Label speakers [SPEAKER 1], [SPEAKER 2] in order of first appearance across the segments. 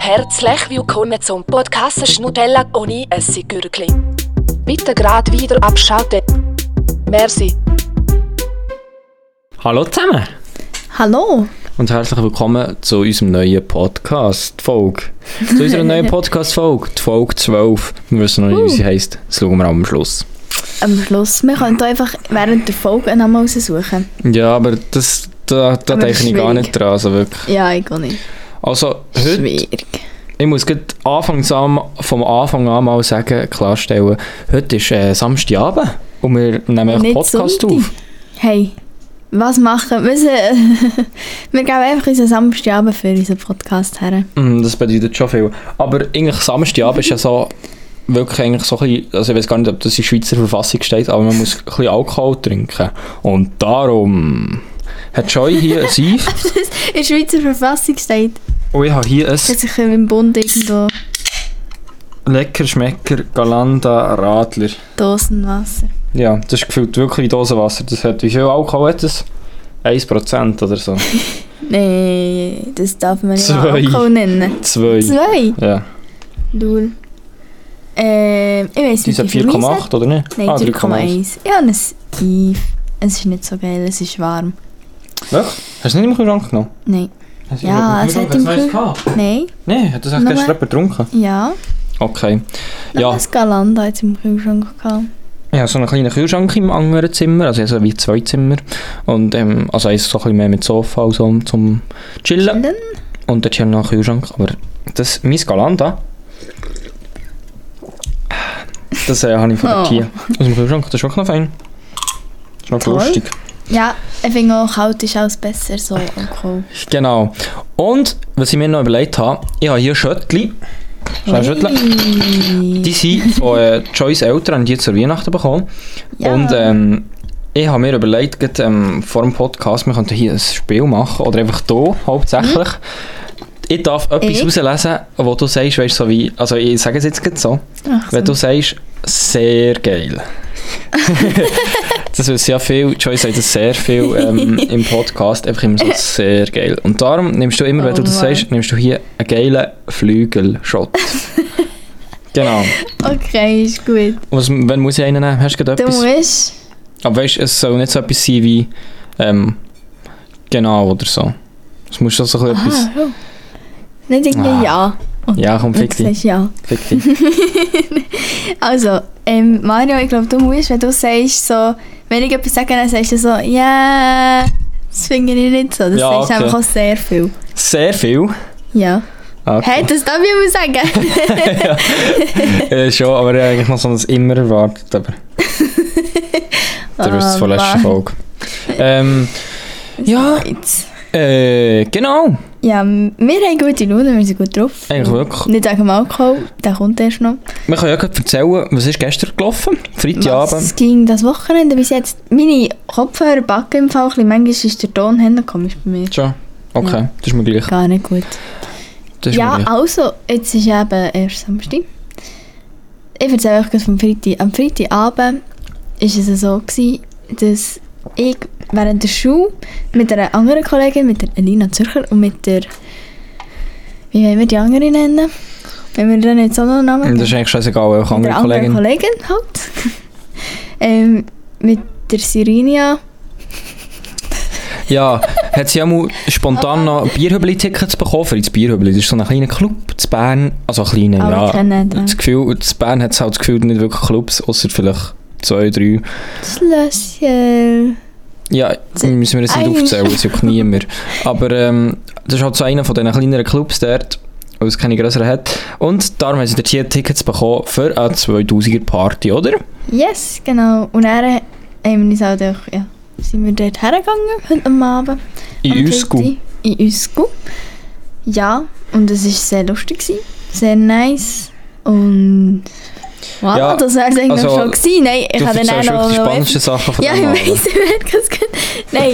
[SPEAKER 1] Herzlich willkommen zum Podcast Schnutella ohne Essiggürkli. Bitte gerade wieder abschalten. Merci.
[SPEAKER 2] Hallo zusammen
[SPEAKER 3] Hallo.
[SPEAKER 2] und herzlich willkommen zu unserem neuen Podcast-Folge. Zu unserer neuen Podcast-Folge, die Folge 12. Wir wissen noch nicht, wie
[SPEAKER 3] Uh.
[SPEAKER 2] sie heisst. Das schauen wir am Schluss.
[SPEAKER 3] Am Schluss, wir können da einfach während der Folge einen Namen raussuchen.
[SPEAKER 2] Ja, aber das, da, da
[SPEAKER 3] Aber
[SPEAKER 2] denke ich gar
[SPEAKER 3] schwierig.
[SPEAKER 2] nicht dran. Also, wirklich.
[SPEAKER 3] Ja, ich gehe nicht.
[SPEAKER 2] also heute,
[SPEAKER 3] Schwierig.
[SPEAKER 2] ich muss grad anfangs am, vom Anfang an mal sagen, klarstellen, heute ist äh, Samstagabend und wir nehmen einen
[SPEAKER 3] Nicht
[SPEAKER 2] Podcast
[SPEAKER 3] Sonntag.
[SPEAKER 2] auf.
[SPEAKER 3] Hey, was machen wir? sind- wir geben einfach unseren Samstagabend für unseren Podcast her.
[SPEAKER 2] Mm, Das bedeutet schon viel. Aber eigentlich Samstagabend ist ja so wirklich eigentlich so ein bisschen, also ich weiß gar nicht, ob das in der Schweizer Verfassung steht, aber man muss ein bisschen Alkohol trinken. Und darum hat Joy hier ein Seif
[SPEAKER 3] In der Schweizer Verfassung steht,
[SPEAKER 2] und ich habe hier ein
[SPEAKER 3] dass ich im Bund irgendwo
[SPEAKER 2] lecker Schmecker Galanda Radler.
[SPEAKER 3] Dosenwasser.
[SPEAKER 2] Ja, das ist gefühlt wirklich wie Dosenwasser. Das hat, wie viel Alkohol hat das? 1% oder so.
[SPEAKER 3] Nee, dus das darf man ja
[SPEAKER 2] Zwei.
[SPEAKER 3] Alkohol nennen.
[SPEAKER 2] 2.
[SPEAKER 3] Zwei?
[SPEAKER 2] Ja,
[SPEAKER 3] Lul. Ähm, ich weiß nicht,
[SPEAKER 2] diese
[SPEAKER 3] wie viel meins hat.
[SPEAKER 2] 4,8 oder nicht?
[SPEAKER 3] Nein,
[SPEAKER 2] Ah,
[SPEAKER 3] 3,1. Ja, und es tief. Es ist nicht so geil, es ist warm.
[SPEAKER 2] Wirklich? Hast du nicht im Kühlschrank genommen?
[SPEAKER 3] Nein.
[SPEAKER 2] Hast du
[SPEAKER 3] Ja, es hat im
[SPEAKER 2] Kühlschrank
[SPEAKER 3] Kühl-
[SPEAKER 2] gehabt?
[SPEAKER 3] Nein,
[SPEAKER 2] Nein, hat das eigentlich
[SPEAKER 3] Nochmal?
[SPEAKER 2] gestern jemand getrunken?
[SPEAKER 3] ja.
[SPEAKER 2] Okay.
[SPEAKER 3] Ja.
[SPEAKER 2] Ja,
[SPEAKER 3] Das Galanda jetzt im Kühlschrank gehabt.
[SPEAKER 2] ich habe so einen kleinen Kühlschrank im anderen Zimmer, also ich habe so wie zwei Zimmer. Und ähm, also eins so ein bisschen mehr mit Sofa und so um zum Chillen.
[SPEAKER 3] Chillen?
[SPEAKER 2] Und dort habe ich noch einen Kühlschrank, aber das, mein Galanda, das äh, habe ich von der
[SPEAKER 3] Oh.
[SPEAKER 2] Tia aus dem Kühlschrank, das ist auch noch fein. Das ist noch
[SPEAKER 3] Toll.
[SPEAKER 2] lustig.
[SPEAKER 3] Ja, ich finde auch, kalt ist alles besser, so Alkohol.
[SPEAKER 2] Genau. Und, was ich mir noch überlegt habe, ich habe hier Schöttli. Schnell schütteln.
[SPEAKER 3] Ui.
[SPEAKER 2] Die sind von äh, Joys Eltern haben die zu Weihnachten bekommen.
[SPEAKER 3] Ja.
[SPEAKER 2] Und ähm, ich habe mir überlegt, grad, ähm, vor dem Podcast, wir könnten hier ein Spiel machen. Oder einfach hier, hauptsächlich. Ich darf etwas
[SPEAKER 3] Mhm. Ich?
[SPEAKER 2] rauslesen, wo du sagst, weißt, so wie, also ich sage es jetzt grad so,
[SPEAKER 3] Ach so.
[SPEAKER 2] wenn du sagst, sehr geil. das wissen ja viel, Joy sagt das sehr viel ähm, im Podcast, einfach immer so sehr geil. Und darum nimmst du immer, wenn
[SPEAKER 3] Oh
[SPEAKER 2] du das
[SPEAKER 3] Mann.
[SPEAKER 2] sagst, nimmst du hier einen geilen Flügelshot. genau.
[SPEAKER 3] Okay, ist gut.
[SPEAKER 2] Was, wenn muss ich einen nehmen? Hast du gerade
[SPEAKER 3] Du
[SPEAKER 2] etwas?
[SPEAKER 3] musst...
[SPEAKER 2] Aber weißt es soll nicht so etwas sein wie ähm, genau oder so. Es muss schon so ein bisschen etwas.
[SPEAKER 3] Ah, oh, ja. Nicht irgendwie
[SPEAKER 2] Ah.
[SPEAKER 3] ja. Und
[SPEAKER 2] Ja, komm,
[SPEAKER 3] wenn
[SPEAKER 2] fick
[SPEAKER 3] du
[SPEAKER 2] dich.
[SPEAKER 3] sagst ja.
[SPEAKER 2] Fick dich.
[SPEAKER 3] Also, ähm, Mario, ich glaube, du musst, wenn du sagst, so, wenn ich etwas sage, dann sagst du so, ja, yeah, das finde ich nicht so. Das
[SPEAKER 2] Ja,
[SPEAKER 3] sagst du
[SPEAKER 2] okay.
[SPEAKER 3] einfach auch sehr viel.
[SPEAKER 2] Sehr viel.
[SPEAKER 3] Ja. Hey,
[SPEAKER 2] Okay.
[SPEAKER 3] das darf ich mal sagen.
[SPEAKER 2] Äh, schon, aber ja, eigentlich noch so das immer erwartet. Aber der
[SPEAKER 3] Ah,
[SPEAKER 2] wisst es von letzter
[SPEAKER 3] Mann.
[SPEAKER 2] Folge. Ähm, ja,
[SPEAKER 3] Jetzt.
[SPEAKER 2] äh, genau.
[SPEAKER 3] Ja, m- wir haben gute Laune, wir sind gut drauf.
[SPEAKER 2] Eigentlich wirklich.
[SPEAKER 3] Nicht wegen dem Alkohol, der kommt erst noch.
[SPEAKER 2] Wir können ja gerade erzählen, was ist gestern gelaufen? Freitagabend.
[SPEAKER 3] Es ging das Wochenende bis jetzt. Meine Kopfhörer backen im Fall ein bisschen. Manchmal ist der Ton hinten komisch bei mir.
[SPEAKER 2] Schon. Okay,
[SPEAKER 3] Ja.
[SPEAKER 2] das ist mir gleich.
[SPEAKER 3] Gar nicht gut.
[SPEAKER 2] Das ist
[SPEAKER 3] ja,
[SPEAKER 2] mir gleich.
[SPEAKER 3] also, jetzt ist eben erst Samstag. Ich erzähle euch gerade vom Freitag. Am Freitagabend war es so, gewesen, dass ich während der Schule mit einer anderen Kollegin, mit der Elina Zürcher und mit der... Wie wollen wir die andere nennen? Wenn wir dann jetzt auch noch einen Namen
[SPEAKER 2] Das ist eigentlich scheißegal, welche andere
[SPEAKER 3] Mit der anderen
[SPEAKER 2] Kollegin.
[SPEAKER 3] Kollegin halt. ähm, mit der Sirinia.
[SPEAKER 2] Ja, hat sie auch spontan noch Bierhübeli-Tickets bekommen für das Bierhübeli. Das ist so ein kleiner Club zu Bern. Also ein kleiner,
[SPEAKER 3] Aber ich
[SPEAKER 2] ja.
[SPEAKER 3] kenne den.
[SPEAKER 2] Das Gefühl, zu Bern hat es halt das Gefühl, nicht wirklich Clubs, außer vielleicht zwei, drei.
[SPEAKER 3] Schlösschen.
[SPEAKER 2] Ja, müssen wir jetzt nicht
[SPEAKER 3] Ein-
[SPEAKER 2] aufzählen, es juckt niemand. Aber ähm, das ist halt so einer von diesen kleineren Clubs dort, weil es keine größeren hat. Und darum haben sie dort hier Tickets bekommen für eine 2000er-Party, oder?
[SPEAKER 3] Yes, genau. Und dann haben wir uns halt auch, ja, sind wir dort hergegangen heute am Abend. am
[SPEAKER 2] In Usku.
[SPEAKER 3] Freitag. In Usku. Ja, und es war sehr lustig. Gewesen. Sehr nice. Und wow,
[SPEAKER 2] Ja,
[SPEAKER 3] das war es eigentlich
[SPEAKER 2] also,
[SPEAKER 3] schon. Gewesen. Nein, ich
[SPEAKER 2] Du
[SPEAKER 3] habe dann
[SPEAKER 2] erzählst
[SPEAKER 3] auch
[SPEAKER 2] wirklich
[SPEAKER 3] noch...
[SPEAKER 2] die spannendsten Sachen von
[SPEAKER 3] Ja, ich
[SPEAKER 2] dem Abend.
[SPEAKER 3] weiß, wir haben ganz gut. Nein,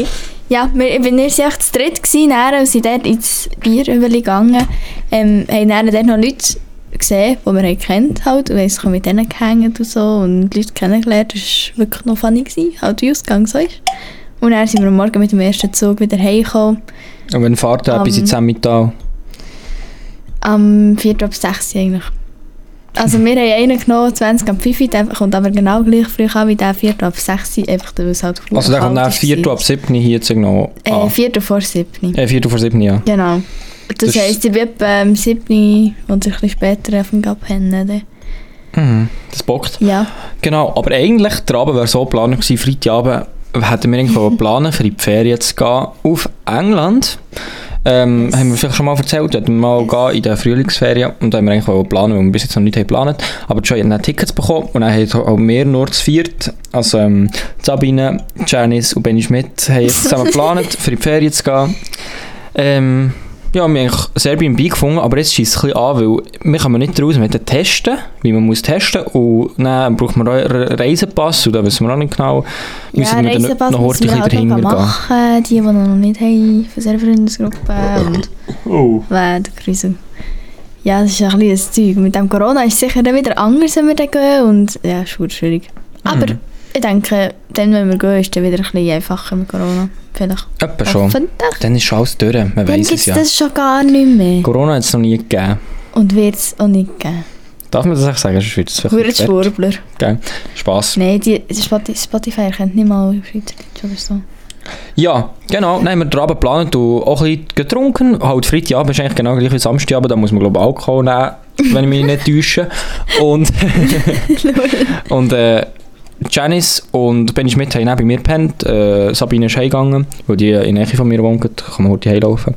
[SPEAKER 3] ja, wir, wir waren echt zu dritt gewesen, dann, und sind dort ins Bier übergegangen. Ähm, haben dann dort noch Leute gesehen, die wir haben kennt halt, und wir haben mit denen gehängt und so und Leute kennengelernt. Das war wirklich noch funny, gewesen, halt wie Ausgang so ist. Und dann sind wir am Morgen mit dem ersten Zug wieder heimgekommen.
[SPEAKER 2] Und wenn Fahrt um, bis
[SPEAKER 3] Ähm.
[SPEAKER 2] ins Emmental.
[SPEAKER 3] am 4. ab 6 Uhr eigentlich. Also wir haben einen genommen, 20 ab 5 Uhr, der kommt aber genau gleich früh an wie der 4. ab 6 Uhr, einfach weil es halt
[SPEAKER 2] Also der
[SPEAKER 3] kalt
[SPEAKER 2] kommt dann
[SPEAKER 3] ist
[SPEAKER 2] 4
[SPEAKER 3] gewesen.
[SPEAKER 2] Uhr ab 7 Uhr hier genau.
[SPEAKER 3] Äh, 4. vor 7.
[SPEAKER 2] Äh, 4 Uhr vor 7 Uhr, ja.
[SPEAKER 3] Genau. Das,
[SPEAKER 2] Das ist-
[SPEAKER 3] heisst, ich bin etwa am 7. Uhr und ein bisschen später auf dem Gap hennen.
[SPEAKER 2] Mhm. Das bockt.
[SPEAKER 3] Ja.
[SPEAKER 2] Genau, aber eigentlich, der Abend wäre so geplant gewesen, Freitagabend hätten wir irgendwo planen, für die Ferien zu gehen auf England. Ähm, Haben wir vielleicht schon mal erzählt, dort mal gehen in der Frühlingsferien und da haben wir eigentlich wollen planen, weil wir bis jetzt noch nicht haben geplant. Aber schon haben Tickets bekommen und dann haben auch mehr nur zu viert, also ähm, Sabine, Janice und Benny Schmidt haben jetzt zusammen geplant, für die Ferien zu gehen. Ähm, ja, wir haben eigentlich sehr Airbnb gefunden, aber jetzt schießt es ein bisschen an, weil wir kommen nicht raus. Wir hätten testen, wie man muss testen und dann braucht man auch einen Reisepass und da wissen wir auch nicht genau.
[SPEAKER 3] ja,
[SPEAKER 2] Müssen wir dann noch
[SPEAKER 3] müssen
[SPEAKER 2] Horti
[SPEAKER 3] wir
[SPEAKER 2] ein
[SPEAKER 3] halt
[SPEAKER 2] bisschen
[SPEAKER 3] noch
[SPEAKER 2] dahinter gehen.
[SPEAKER 3] machen, die, die noch nicht haben, von seiner Freundesgruppe und wer, der Krisel. Ja, das ist ein bisschen ein Zeug. Mit dem Corona ist es sicher dann wieder anders, wenn wir dann gehen und ja, ist verdammt schwierig. Aber
[SPEAKER 2] Mhm.
[SPEAKER 3] ich denke, dann, wenn wir gehen, ist dann wieder ein bisschen einfacher mit Corona. Vielleicht.
[SPEAKER 2] Etwa schon.
[SPEAKER 3] Hoffentlich.
[SPEAKER 2] Dann ist schon alles durch, man
[SPEAKER 3] Dann
[SPEAKER 2] weiß
[SPEAKER 3] gibt
[SPEAKER 2] es
[SPEAKER 3] es
[SPEAKER 2] ja.
[SPEAKER 3] das schon gar nicht mehr.
[SPEAKER 2] Corona hat es noch nie gegeben.
[SPEAKER 3] Und wird es auch nicht geben.
[SPEAKER 2] Darf man das eigentlich sagen? Sonst wird es vielleicht
[SPEAKER 3] Wird
[SPEAKER 2] gefährlich.
[SPEAKER 3] Schwurbler.
[SPEAKER 2] Gell? Spass.
[SPEAKER 3] Nein, die, die Spoti- Spotify kennt nicht mal Schweizerdeutsch oder so.
[SPEAKER 2] Ja, genau. Nein, wir haben Abend geplant und auch ein bisschen getrunken. Halt Freitagabend ist eigentlich genau gleich wie Samstagabend. Da muss man, glaube ich, Alkohol nehmen, wenn ich mich nicht täusche. Und, und äh, Janice und Benny Schmidt haben auch bei mir gepennt. Äh, Sabine ist heimgegangen, weil die in der Nähe von mir wohnt. Da kann man heute heimlaufen.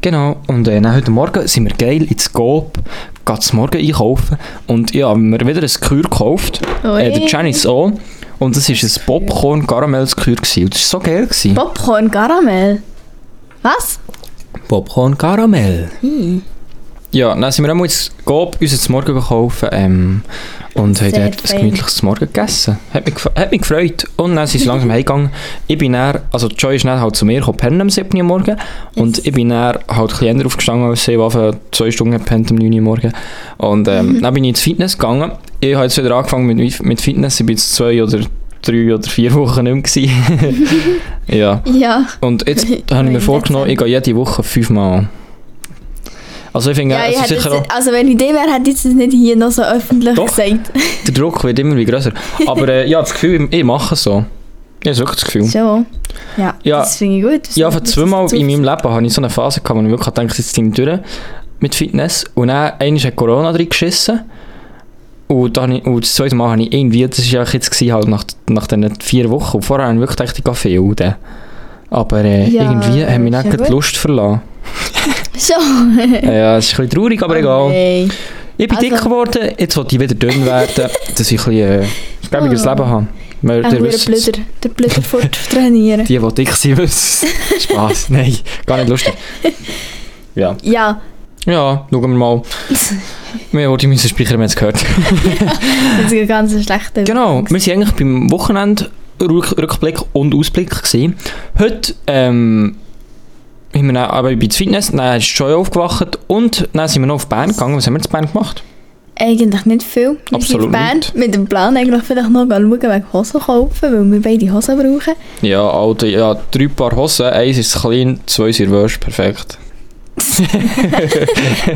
[SPEAKER 2] Genau. Und äh, dann heute Morgen sind wir geil ins Coop. Geht's morgen einkaufen. Und ja, haben wir wieder ein Kür gekauft.
[SPEAKER 3] Oh,
[SPEAKER 2] Äh,
[SPEAKER 3] eh,
[SPEAKER 2] der Janice auch. Und das war ein Popcorn-Karamellskür. Das war so geil. Gewesen.
[SPEAKER 3] Popcorn Karamell. Was?
[SPEAKER 2] Popcorn Karamell.
[SPEAKER 3] Hmm.
[SPEAKER 2] Ja, dann sind wir einmal ins Coop uns jetzt Morgen gekauft ähm, und haben
[SPEAKER 3] Sehr
[SPEAKER 2] dort
[SPEAKER 3] fein.
[SPEAKER 2] ein gemütliches Morgen gegessen. Hat mich, gef- hat mich gefreut. Und dann sind sie langsam heimgegangen. Ich bin dann, also Joy ist dann halt zu mir gekommen, pennen am 7. Uhr am morgen. Und ich bin dann halt ein bisschen eher aufgestanden als sie, war zwei Stunden gepennt am 9. Uhr am morgen. Und ähm, dann bin ich ins Fitness gegangen. Ich habe jetzt wieder angefangen mit, mit Fitness. Ich bin jetzt zwei oder drei oder vier Wochen nicht mehr. gewesen. ja.
[SPEAKER 3] Ja.
[SPEAKER 2] Und jetzt habe ich
[SPEAKER 3] Nein,
[SPEAKER 2] mir vorgenommen, ich gehe jede Woche fünfmal. Also ich finde,
[SPEAKER 3] ja, ich
[SPEAKER 2] also
[SPEAKER 3] hätte
[SPEAKER 2] sicher auch,
[SPEAKER 3] jetzt, also wenn ich die wäre, hätte ich das nicht hier noch so öffentlich
[SPEAKER 2] Doch.
[SPEAKER 3] gesagt.
[SPEAKER 2] der Druck wird immer wie grösser. Aber äh, ja, das Gefühl, ich, ich mache es so. Ich habe wirklich das Gefühl.
[SPEAKER 3] Schon. Ja,
[SPEAKER 2] Ja.
[SPEAKER 3] das finde ich gut. Das
[SPEAKER 2] Ja, für
[SPEAKER 3] das-
[SPEAKER 2] zweimal
[SPEAKER 3] das-
[SPEAKER 2] in meinem Leben hatte ich so eine Phase, gehabt, wo ich wirklich dachte, jetzt bin ich durch mit Fitness. Und dann, einmal hat Corona drin geschissen. Und, dann, habe ich- und das zweite Mal habe ich irgendwie, das war ja jetzt gewesen, halt nach, nach diesen vier Wochen. Und vorher habe ich wirklich gedacht, ich gehe viel. dann. Aber äh,
[SPEAKER 3] Ja,
[SPEAKER 2] irgendwie hat mich
[SPEAKER 3] ist
[SPEAKER 2] dann
[SPEAKER 3] ja
[SPEAKER 2] gerade die
[SPEAKER 3] gut.
[SPEAKER 2] Lust verlassen.
[SPEAKER 3] Schon.
[SPEAKER 2] ja, es ist ein bisschen traurig,
[SPEAKER 3] Oh
[SPEAKER 2] aber egal.
[SPEAKER 3] Okay.
[SPEAKER 2] Ich bin
[SPEAKER 3] Also-
[SPEAKER 2] dick geworden, jetzt will ich wieder dünn werden, dass ich ein bisschen äh, ein gäbigeres
[SPEAKER 3] Oh.
[SPEAKER 2] Leben habe. Weil
[SPEAKER 3] Ein
[SPEAKER 2] ihr
[SPEAKER 3] guter
[SPEAKER 2] wisst,
[SPEAKER 3] Blöder. Der Blöder forttrainieren.
[SPEAKER 2] die, die dick sind, wissen es. Spass, nein, gar nicht lustig. Ja,
[SPEAKER 3] ja.
[SPEAKER 2] ja schauen wir mal. Mehr wollte ich müssen speichern, wenn es gehört.
[SPEAKER 3] Das ist ein ganz schlechter
[SPEAKER 2] Genau, wir sind eigentlich beim Wochenende Rück- Rückblick und Ausblick gewesen. Heute ähm, haben wir dann aber bei Fitness, dann ist Joy aufgewacht und dann sind wir noch auf Bern gegangen. Was haben wir in Bern gemacht?
[SPEAKER 3] Eigentlich nicht viel. Wir
[SPEAKER 2] Absolut
[SPEAKER 3] sind in Bern
[SPEAKER 2] nicht.
[SPEAKER 3] mit dem Plan eigentlich vielleicht noch schauen wegen Hosen kaufen, weil wir beide Hosen brauchen.
[SPEAKER 2] Ja, Alter, ja, drei Paar Hosen, eins ist klein, zwei sind wurscht, perfekt.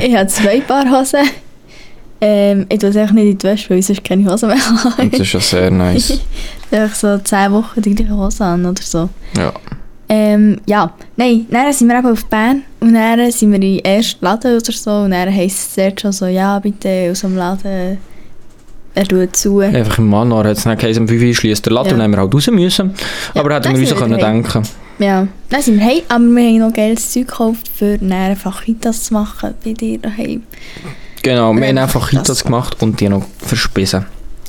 [SPEAKER 3] ich habe zwei Paar Hosen. Ähm, ich tue es einfach nicht in die Wäsche, weil ich sonst keine Hosen mehr
[SPEAKER 2] Und das
[SPEAKER 3] habe.
[SPEAKER 2] ist ja sehr nice.
[SPEAKER 3] Einfach so zehn Wochen die gleiche Hose an oder so.
[SPEAKER 2] Ja.
[SPEAKER 3] Ähm, ja. Nein, dann sind wir eben auf Bern und dann sind wir in den ersten Laden oder so und dann heisst es dort schon so, ja bitte aus dem Laden, er tut zu.
[SPEAKER 2] Einfach im Manor hat es dann geheißen, um 5 Uhr schließt der Laden
[SPEAKER 3] Äh. Ja.
[SPEAKER 2] und dann haben wir halt raus müssen.
[SPEAKER 3] Ja,
[SPEAKER 2] Aber hätten
[SPEAKER 3] das
[SPEAKER 2] wir uns
[SPEAKER 3] sind
[SPEAKER 2] auch können
[SPEAKER 3] wir
[SPEAKER 2] denken.
[SPEAKER 3] Ja, dann sind wir heim, aber wir haben noch geiles Zeug gekauft, für dann einfach Fajitas zu machen bei dir daheim.
[SPEAKER 2] Genau, wir
[SPEAKER 3] Ja,
[SPEAKER 2] haben einfach
[SPEAKER 3] das-
[SPEAKER 2] Hitas gemacht und die noch verspissen.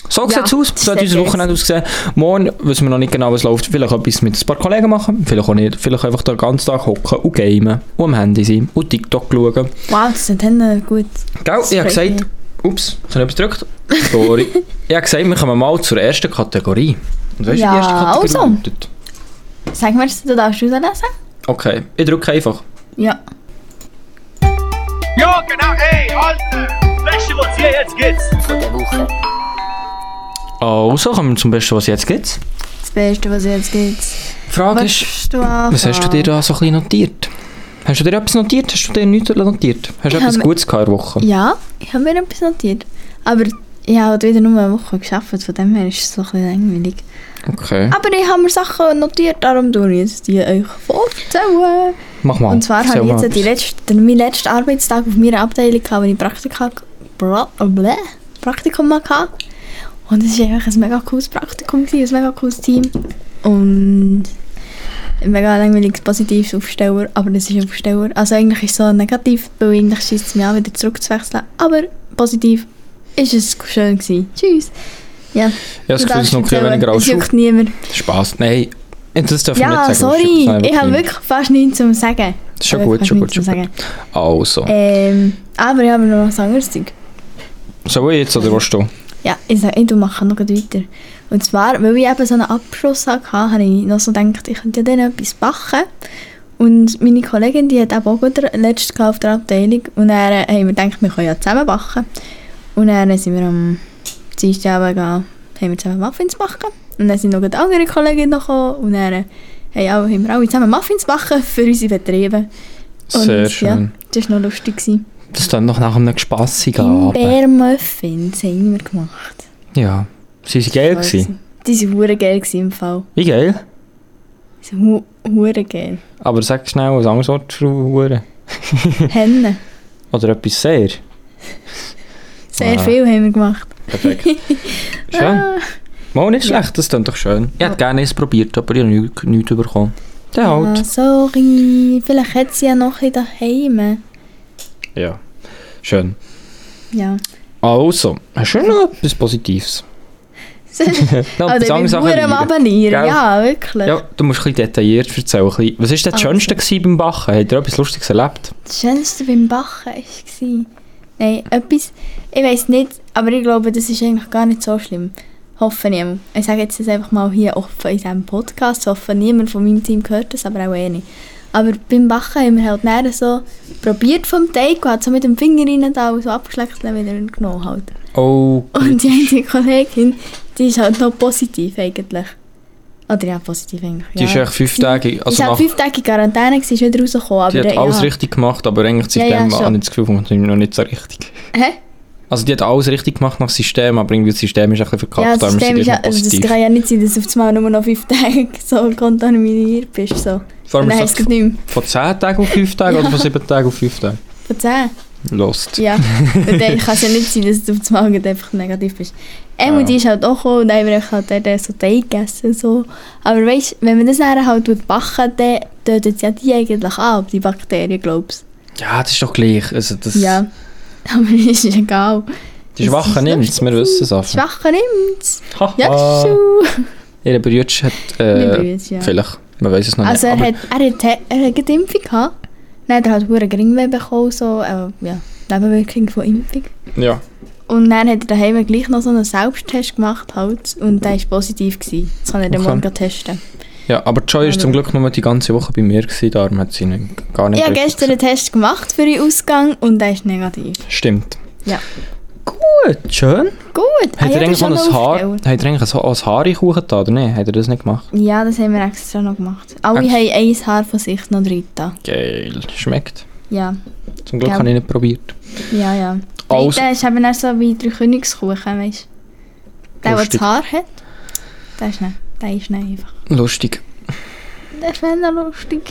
[SPEAKER 2] So
[SPEAKER 3] Ja,
[SPEAKER 2] sieht es aus,
[SPEAKER 3] das
[SPEAKER 2] so hat
[SPEAKER 3] ist
[SPEAKER 2] unser
[SPEAKER 3] sehr
[SPEAKER 2] Wochenende ausgesehen. Morgen wissen wir noch nicht genau, was läuft. Vielleicht etwas mit ein paar Kollegen machen, vielleicht auch nicht. Vielleicht einfach den ganzen Tag hocken und gamen und am Handy sein und TikTok schauen.
[SPEAKER 3] Wow, das sind dann gut.
[SPEAKER 2] Gell, ich habe
[SPEAKER 3] Das freut
[SPEAKER 2] gesagt, ups, ich habe etwas gedrückt. Sorry. ich habe gesagt, wir kommen mal zur ersten Kategorie. Und weißt du,
[SPEAKER 3] Ja,
[SPEAKER 2] die erste Kategorie
[SPEAKER 3] also.
[SPEAKER 2] lautet?
[SPEAKER 3] Sag mir, du darfst rauslesen?
[SPEAKER 2] Okay, ich drücke einfach.
[SPEAKER 3] Ja.
[SPEAKER 4] Ja, genau, ey, Alter! Letzte, was hier jetzt geht's!
[SPEAKER 2] Also, kommen wir zum Besten, was jetzt gibt.
[SPEAKER 3] Das Beste, was jetzt gibt.
[SPEAKER 2] Die Frage ist,
[SPEAKER 3] Willst du anfangen?
[SPEAKER 2] was hast du dir da so ein bisschen notiert? Hast du dir etwas notiert? Hast du dir nichts notiert? Hast du
[SPEAKER 3] Ich
[SPEAKER 2] etwas
[SPEAKER 3] habe-
[SPEAKER 2] Gutes gehabt in der Woche?
[SPEAKER 3] Ja, ich habe mir etwas notiert. Aber ich habe halt wieder nur eine Woche geschafft, von dem her ist es so ein bisschen langweilig.
[SPEAKER 2] Okay.
[SPEAKER 3] Aber ich habe mir Sachen notiert, darum tue ich jetzt die euch vorzählen.
[SPEAKER 2] Mach mal.
[SPEAKER 3] Und zwar
[SPEAKER 2] Erzähl
[SPEAKER 3] habe ich
[SPEAKER 2] mal
[SPEAKER 3] jetzt die
[SPEAKER 2] etwas.
[SPEAKER 3] letzte, den, meinen letzten Arbeitstag auf meiner Abteilung gehabt, wo ich Praktika, bla, bla, Praktikum hatte. Und es war einfach ein mega cooles Praktikum, gewesen, ein mega cooles Team. Und ein mega langweiliges positives Aufsteller, aber es ist Aufsteller. Also eigentlich ist es so negativ, weil eigentlich scheisst es mir an, wieder zurückzuwechseln. Aber positiv ist es schön gewesen. Tschüss. Ja,
[SPEAKER 2] Ja, das Gefühl, es
[SPEAKER 3] du darfst
[SPEAKER 2] ist noch ein bisschen
[SPEAKER 3] erzählen.
[SPEAKER 2] weniger als
[SPEAKER 3] Es juckt niemand.
[SPEAKER 2] Schule. Spass. Nein, das darf man
[SPEAKER 3] Ja,
[SPEAKER 2] nicht sagen. das juckt
[SPEAKER 3] sorry,
[SPEAKER 2] nein,
[SPEAKER 3] ich habe
[SPEAKER 2] nicht.
[SPEAKER 3] wirklich fast nichts zu sagen.
[SPEAKER 2] Ist schon
[SPEAKER 3] Ich habe
[SPEAKER 2] gut,
[SPEAKER 3] fast
[SPEAKER 2] schon gut, schon
[SPEAKER 3] nichts zu
[SPEAKER 2] gut. Also,
[SPEAKER 3] Ähm, aber ich habe noch was anderes Zeug.
[SPEAKER 2] soll ich jetzt oder willst du?
[SPEAKER 3] Ja, ich sage, ich mache noch gleich weiter. Und zwar, weil ich eben so einen Abschluss hatte, habe ich noch so gedacht, ich könnte ja denen etwas backen. Und meine Kollegin, die hat eben auch gerade letztes Mal auf der Abteilung. Und dann äh, haben wir gedacht, wir können ja zusammen backen. Und dann sind wir am Dienstagabend gegangen, haben wir zusammen Muffins backen. Und dann sind noch gerade andere Kollegin noch gekommen. Und dann äh, haben alle- haben wir alle zusammen Muffins backen für unsere Betriebe. Und,
[SPEAKER 2] Sehr schön.
[SPEAKER 3] Ja, das war noch lustig. gewesen.
[SPEAKER 2] Das dann noch nach einem spassigen Abend.
[SPEAKER 3] Himbeermuffins haben wir gemacht.
[SPEAKER 2] Ja. Sie waren geil. gewesen.
[SPEAKER 3] Die waren hure geil gewesen im Fall.
[SPEAKER 2] Wie geil?
[SPEAKER 3] Die sind hu- hure geil.
[SPEAKER 2] Aber sag schnell ein anderes Wort für Hure.
[SPEAKER 3] Hennen.
[SPEAKER 2] Oder etwas sehr.
[SPEAKER 3] Sehr
[SPEAKER 2] Ah.
[SPEAKER 3] viel haben wir gemacht.
[SPEAKER 2] Perfekt. Schön.
[SPEAKER 3] Ah.
[SPEAKER 2] Mal nicht schlecht, das klingt doch schön. Ich hätte gerne es probiert, aber ich habe nichts, nichts bekommen. Dann
[SPEAKER 3] Ah,
[SPEAKER 2] halt.
[SPEAKER 3] sorry. Vielleicht hat sie ja noch in daheim.
[SPEAKER 2] Ja. Schön.
[SPEAKER 3] Ja.
[SPEAKER 2] Also, hast du noch etwas Positives?
[SPEAKER 3] Ah, Oh,
[SPEAKER 2] Noch
[SPEAKER 3] Oder
[SPEAKER 2] etwas
[SPEAKER 3] ich bin
[SPEAKER 2] anderes
[SPEAKER 3] hure am
[SPEAKER 2] erwähnen?
[SPEAKER 3] Abonnieren.
[SPEAKER 2] Gell?
[SPEAKER 3] Ja, wirklich.
[SPEAKER 2] Ja, du musst ein bisschen detailliert erzählen. Ein bisschen. Was war denn das
[SPEAKER 3] Also.
[SPEAKER 2] Schönste gewesen beim Bachen? Habt ihr etwas Lustiges erlebt?
[SPEAKER 3] Das Schönste beim Backen war... Nein, etwas... Ich weiß nicht, aber ich glaube, das ist eigentlich gar nicht so schlimm. Hoffe niemand. Ich sage jetzt das einfach mal hier offen in diesem Podcast. Hoffe niemand von meinem Team gehört das, aber auch eh nicht. Aber beim Backen haben wir halt näher so probiert vom Teig und hat so mit dem Finger rein da und so abgeschleckt und dann wieder genommen halt.
[SPEAKER 2] Oh,
[SPEAKER 3] Und die eine Kollegin, die ist halt noch positiv eigentlich. Oder ja, positiv eigentlich.
[SPEAKER 2] die ist
[SPEAKER 3] ja.
[SPEAKER 2] echt fünf Tage, also
[SPEAKER 3] Also ist
[SPEAKER 2] nach,
[SPEAKER 3] auch fünf Tage in Quarantäne, gewesen, ist wieder rausgekommen. Aber
[SPEAKER 2] die hat
[SPEAKER 3] ja,
[SPEAKER 2] alles richtig gemacht, aber eigentlich
[SPEAKER 3] Ja,
[SPEAKER 2] seitdem
[SPEAKER 3] ja, schon.
[SPEAKER 2] habe ich das Gefühl, funktioniert noch nicht so richtig.
[SPEAKER 3] Hä?
[SPEAKER 2] Also die hat alles richtig gemacht nach System, aber irgendwie das System ist ein bisschen verkackt,
[SPEAKER 3] Ja, das
[SPEAKER 2] darum ist sie
[SPEAKER 3] System ist
[SPEAKER 2] gleich
[SPEAKER 3] ja,
[SPEAKER 2] noch
[SPEAKER 3] dus also das
[SPEAKER 2] positiv.
[SPEAKER 3] kann ja nicht sein, dass du auf einmal nur noch fünf Tage so kontaminiert bist. So.
[SPEAKER 2] Vor
[SPEAKER 3] Und
[SPEAKER 2] allem
[SPEAKER 3] dann
[SPEAKER 2] ist
[SPEAKER 3] hast
[SPEAKER 2] das
[SPEAKER 3] du es nicht mehr.
[SPEAKER 2] von 10 Tagen auf 5 Tage oder von 7 Tagen auf 5 Tage?
[SPEAKER 3] Von zehn?
[SPEAKER 2] Lost.
[SPEAKER 3] Ja. Und dann kann es ja nicht sein, dass du auf einmal gerade einfach negativ bist. Emma,
[SPEAKER 2] Ja.
[SPEAKER 3] die ist halt auch gekommen und dann haben wir einfach halt dann so Teig gegessen. So. Aber weißt du, wenn man das dann halt tut backen, dann tötet es ja die eigentlich ab, die Bakterien, glaubst
[SPEAKER 2] Ja, das ist doch gleich. Also das,
[SPEAKER 3] du. Ja. Aber ist egal.
[SPEAKER 2] Die Schwachen
[SPEAKER 3] Das ist
[SPEAKER 2] nimmt es, wir wissen es einfach.
[SPEAKER 3] Schwache nimmt's. Ja,
[SPEAKER 2] Haha.
[SPEAKER 3] so.
[SPEAKER 2] Ihr Brütsch hat,
[SPEAKER 3] Mein
[SPEAKER 2] äh,
[SPEAKER 3] Brütsch, ja.
[SPEAKER 2] vielleicht, man weiß es noch
[SPEAKER 3] Also er
[SPEAKER 2] nicht.
[SPEAKER 3] hat, er hat, er hat gerade Impfung gehabt. Dann hat er halt hure Geringweh bekommen, so, äh, ja, Nebenwirkung von Impfung.
[SPEAKER 2] Aber, ja.
[SPEAKER 3] Und dann hat er daheim gleich noch so einen Selbsttest gemacht halt. Und der war positiv. Gewesen. Das kann er dann
[SPEAKER 2] Okay.
[SPEAKER 3] morgen testen.
[SPEAKER 2] ja, aber Joy ist
[SPEAKER 3] Aber-
[SPEAKER 2] zum Glück nur die ganze Woche bei mir, gewesen, darum hat sie nicht, gar nicht
[SPEAKER 3] Ich habe
[SPEAKER 2] wirklich
[SPEAKER 3] gestern einen Test gemacht für den Ausgang und der ist negativ.
[SPEAKER 2] gesehen. Stimmt.
[SPEAKER 3] Ja.
[SPEAKER 2] Gut, schön.
[SPEAKER 3] Gut, ah,
[SPEAKER 2] Hat
[SPEAKER 3] ja,
[SPEAKER 2] er
[SPEAKER 3] das
[SPEAKER 2] eigentlich
[SPEAKER 3] ist
[SPEAKER 2] noch
[SPEAKER 3] auch
[SPEAKER 2] ein
[SPEAKER 3] noch
[SPEAKER 2] Haar,
[SPEAKER 3] aufgestellt.
[SPEAKER 2] hat er eigentlich so ein Haar in den Kuchen getan, oder nicht? Hat er das nicht gemacht?
[SPEAKER 3] Ja, das haben wir extra noch gemacht. Alle
[SPEAKER 2] Ex-
[SPEAKER 3] haben ein Haar von sich noch drin. da.
[SPEAKER 2] Geil. Schmeckt.
[SPEAKER 3] Ja,
[SPEAKER 2] Zum Glück
[SPEAKER 3] Gell.
[SPEAKER 2] habe ich nicht probiert.
[SPEAKER 3] ja, ja.
[SPEAKER 2] Also-
[SPEAKER 3] Also. Der ist eben auch so wie drei Königskuchen, weißt du? Der, der das
[SPEAKER 2] Lustig.
[SPEAKER 3] Haar hat, der ist nicht. Der ist nicht einfach.
[SPEAKER 2] Lustig.
[SPEAKER 3] Der ist mega lustig.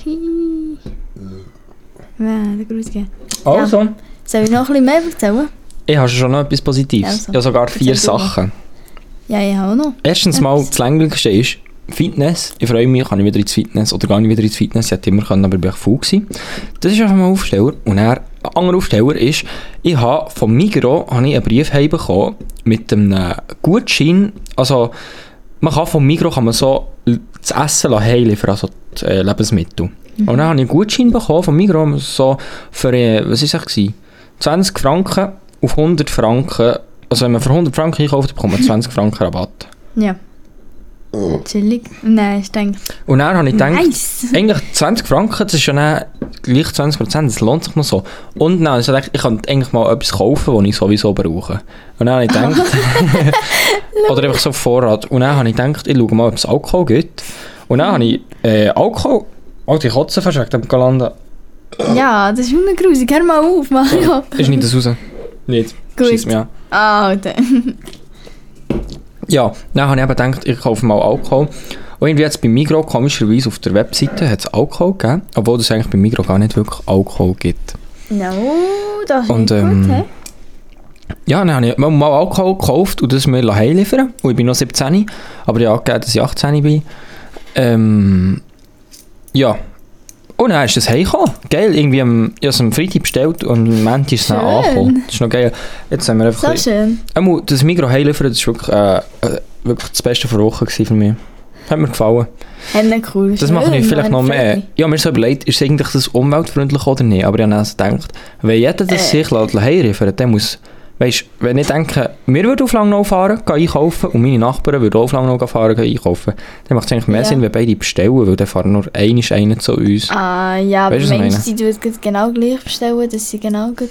[SPEAKER 3] Ja, der Grusige.
[SPEAKER 2] Also,
[SPEAKER 3] Soll ich noch ein bisschen mehr erzählen?
[SPEAKER 2] ich habe schon noch etwas Positives.
[SPEAKER 3] Also.
[SPEAKER 2] Ich habe sogar vier
[SPEAKER 3] Erzähl du mal.
[SPEAKER 2] Sachen.
[SPEAKER 3] Ja, ich habe auch noch.
[SPEAKER 2] Erstens mal, das Länglichste ist Fitness. Ich freue mich, kann ich wieder ins Fitness oder gehe ich wieder ins Fitness. Ich hätte immer können, aber ich war faul. gewesen. Das ist einfach mal ein Aufsteller. Und dann, ein anderer Aufsteller ist, ich habe vom Migros habe ich einen Brief bekommen mit einem Gutschein. Also, man kann vom Migros kann man so das Essen heimliefern, also die äh, Lebensmittel. Und dann habe ich einen Gutschein bekommen vom Migros um so für, äh, was war es? 20 Franken auf 100 Franken. Also wenn man für 100 Franken einkauft, bekommt man 20 Franken Rabatt.
[SPEAKER 3] Ja. Chillig. Nein, ich denke.
[SPEAKER 2] Und dann habe ich gedacht,
[SPEAKER 3] Nice.
[SPEAKER 2] eigentlich 20 Franken, das ist ja dann gleich 20 Prozent, das lohnt sich noch so. Und dann habe ich gedacht, ich könnte eigentlich mal etwas kaufen, was ich sowieso brauche. Und dann habe ich gedacht, oder einfach so auf Vorrat. Und dann habe ich gedacht, ich schaue mal, ob es Alkohol gibt. Und dann habe ich äh, Alkohol, oh, die Kotze verschreckt am Galanda.
[SPEAKER 3] Ja, das ist nur grusig. Hör mal auf, Mario.
[SPEAKER 2] Ist nicht das raus. Nicht.
[SPEAKER 3] Gut.
[SPEAKER 2] Schiess mich an.
[SPEAKER 3] Alter.
[SPEAKER 2] Ja, dann habe ich eben gedacht, ich kaufe mal Alkohol. Und irgendwie jetzt bei Migros komischerweise auf der Webseite hat es Alkohol gegeben, obwohl es eigentlich bei Migros gar nicht wirklich Alkohol gibt.
[SPEAKER 3] No, das ist
[SPEAKER 2] Und,
[SPEAKER 3] nicht
[SPEAKER 2] ähm,
[SPEAKER 3] gut, hä?
[SPEAKER 2] Ja, dann habe ich mal, mal Alkohol gekauft und das mir heimliefern lassen. Und ich bin noch 17, aber ich habe angegeben, dass ich 18 bin. Ähm, ja. Und dann ist das heimgekommen. Geil, irgendwie am, ich habe es am Freitag bestellt und am Montag ist es dann
[SPEAKER 3] Schön.
[SPEAKER 2] angekommen. Das ist noch geil. Jetzt haben wir einfach... ein
[SPEAKER 3] So
[SPEAKER 2] bisschen-
[SPEAKER 3] schön.
[SPEAKER 2] Einmal das Migros heimliefern, das war wirklich, äh, äh, wirklich das Beste von der Woche gewesen für mich. Hat mir gefallen.
[SPEAKER 3] Haben wir cool.
[SPEAKER 2] Das mache ich vielleicht noch mehr. Ja, mir ist so überlegt, ist eigentlich das umweltfreundlich oder nicht? Aber ich habe dann also gedacht, wenn jeder das
[SPEAKER 3] Äh.
[SPEAKER 2] sich lässt heimliefern, dann muss... Weißt du, wenn ich denke, wir würden auf Langnau fahren, gehen einkaufen und meine Nachbarn würden auch auf Langnau fahren, gehen einkaufen, dann macht es eigentlich mehr
[SPEAKER 3] Ja.
[SPEAKER 2] Sinn, wenn beide bestellen, weil dann fahren nur einer einen zu uns.
[SPEAKER 3] Ah, ja, aber
[SPEAKER 2] Weißt du, was ich
[SPEAKER 3] Menschen,
[SPEAKER 2] meine?
[SPEAKER 3] die du es gerade genau gleich bestellen, dass sie genau gut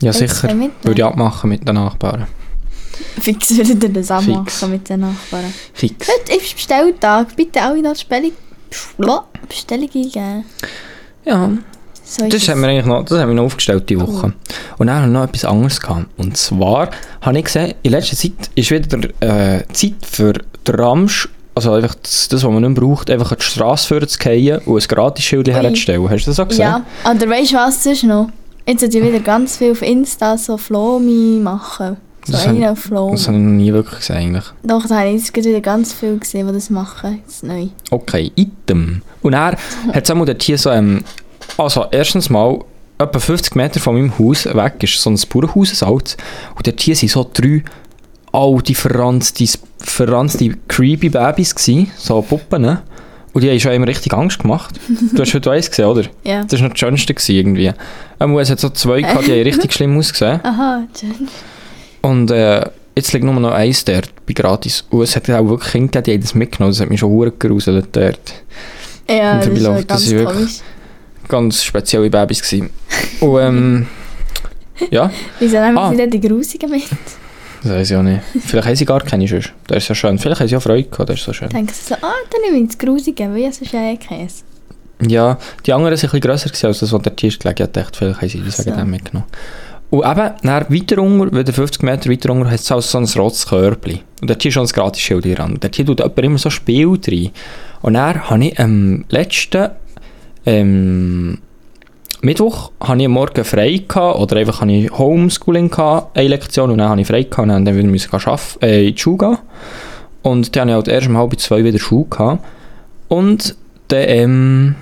[SPEAKER 2] ja,
[SPEAKER 3] jetzt
[SPEAKER 2] sicher.
[SPEAKER 3] können wir mitnehmen.
[SPEAKER 2] Würde ich abmachen mit den Nachbarn.
[SPEAKER 3] fix würden ihr das
[SPEAKER 2] Fix.
[SPEAKER 3] anmachen mit den Nachbarn.
[SPEAKER 2] Fix.
[SPEAKER 3] Gut, ich Bestelltag. Bitte alle noch die Bestellung, Bla- Bestellung eingeben.
[SPEAKER 2] Ja.
[SPEAKER 3] So ist
[SPEAKER 2] Das
[SPEAKER 3] es.
[SPEAKER 2] haben wir eigentlich noch, das haben wir noch aufgestellt diese Woche. Und dann haben wir noch etwas anderes gehabt. Und zwar habe ich gesehen, in letzter Zeit ist wieder äh, Zeit für Trams, also einfach das, das, was man nicht mehr braucht, einfach an die Straße führen zu fallen und ein Gratisschild herzustellen. Hast du das auch gesehen?
[SPEAKER 3] Ja, aber weißt du was, sonst noch? Jetzt sollte ich wieder ganz viel auf Insta so Flomi machen. So
[SPEAKER 2] Das
[SPEAKER 3] einen
[SPEAKER 2] haben-
[SPEAKER 3] auf Flomi.
[SPEAKER 2] Das habe ich noch nie wirklich gesehen eigentlich.
[SPEAKER 3] Doch, da habe ich jetzt gerade wieder ganz viel gesehen, die das machen. Jetzt neu.
[SPEAKER 2] Okay, Item. Und er hat es auch mal dort hier so, ähm, also erstens mal, etwa 50 Meter von meinem Haus weg ist so ein Bauernhaus, ein altes. Und dort hier sind so drei alte, verranzte, verranzte creepy Babys gewesen, so Puppen, ne? Und die haben schon immer richtig Angst gemacht. Du hast heute eins gesehen, oder?
[SPEAKER 3] Ja.
[SPEAKER 2] Das war noch das Schönste gewesen, irgendwie. Ähm, es hat so zwei gehabt, die haben richtig schlimm ausgesehen.
[SPEAKER 3] Aha, schön.
[SPEAKER 2] Und äh, jetzt liegt nur noch eins dort, bei gratis. Und es hat auch wirklich Kinder gegeben, die haben das mitgenommen. Das hat mich schon verdammt geruselt dort.
[SPEAKER 3] Ja,
[SPEAKER 2] Und
[SPEAKER 3] das ist
[SPEAKER 2] dabei
[SPEAKER 3] schon
[SPEAKER 2] läuft das
[SPEAKER 3] ganz
[SPEAKER 2] wirklich-
[SPEAKER 3] komisch.
[SPEAKER 2] ganz spezielle Babys gewesen. Und ähm, ja,
[SPEAKER 3] Wieso nehmen
[SPEAKER 2] Ah.
[SPEAKER 3] sie denn die Grusigen mit? Ich
[SPEAKER 2] das weiß ich auch nicht. Vielleicht haben sie gar keine sonst. Das ist ja schön. Vielleicht haben sie auch Freude gehabt, das ist so schön.
[SPEAKER 3] denke so, ah, dann nehme ich das Grusige, weil es ist ja eh Käse.
[SPEAKER 2] Ja, die anderen sind ein bisschen grösser gewesen, als das, was der Tisch gelegen hat. Ich dachte, vielleicht haben sie das wegen
[SPEAKER 3] So.
[SPEAKER 2] dem mitgenommen. Und eben, dann weiter unter, wieder 50 Meter weiter unter, hat es auch so ein rotes Körbchen. Und dort ist schon ein gratis Schild dran. Dort hier tut jemand immer so Spiel rein. Und dann habe ich am letzten ähm, Mittwoch habe ich am Morgen frei gehabt, oder einfach habe ich Homeschooling gehabt, eine Lektion, und dann habe ich frei gehabt, und dann wieder müssen gehen schaffen, äh, in die Schule gehen. Und dann habe ich halt erst um halb zwei wieder Schule gehabt. Und dann, ähm,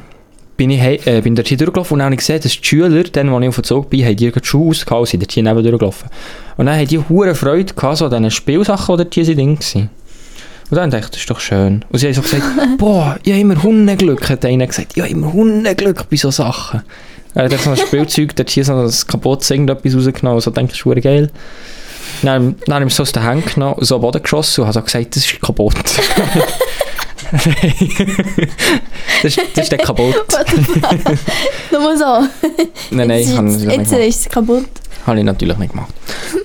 [SPEAKER 2] bin ich hei- äh, bin dort hier durchgelaufen und dann habe ich gesehen, dass die Schüler, dann, als ich auf dem Zug bin, haben die gerade die Schuhe ausgehauen und sind dort hier neben durchgelaufen. Und dann haben die hure Freude gehabt, so an diesen Spielsachen, die dort hier drin waren. Und dann dachte ich, das ist doch schön. Und sie haben so gesagt, boah, ich habe immer Hundeglück, hat einer gesagt. Ich habe immer Hundeglück bei so Sachen. Er hat dann so ein Spielzeug, dort hier so ein kaputtes irgendetwas rausgenommen. So denke ich, das ist hure geil. Dann, dann habe ich es so aus den Händen genommen, und so am Boden geschossen und habe so gesagt, das ist kaputt. das, ist, das ist dann kaputt.
[SPEAKER 3] Nur so.
[SPEAKER 2] Nein, nein,
[SPEAKER 3] jetzt
[SPEAKER 2] ich habe
[SPEAKER 3] ist,
[SPEAKER 2] natürlich nicht
[SPEAKER 3] jetzt
[SPEAKER 2] gemacht.
[SPEAKER 3] ist es kaputt.
[SPEAKER 2] Habe ich natürlich nicht gemacht.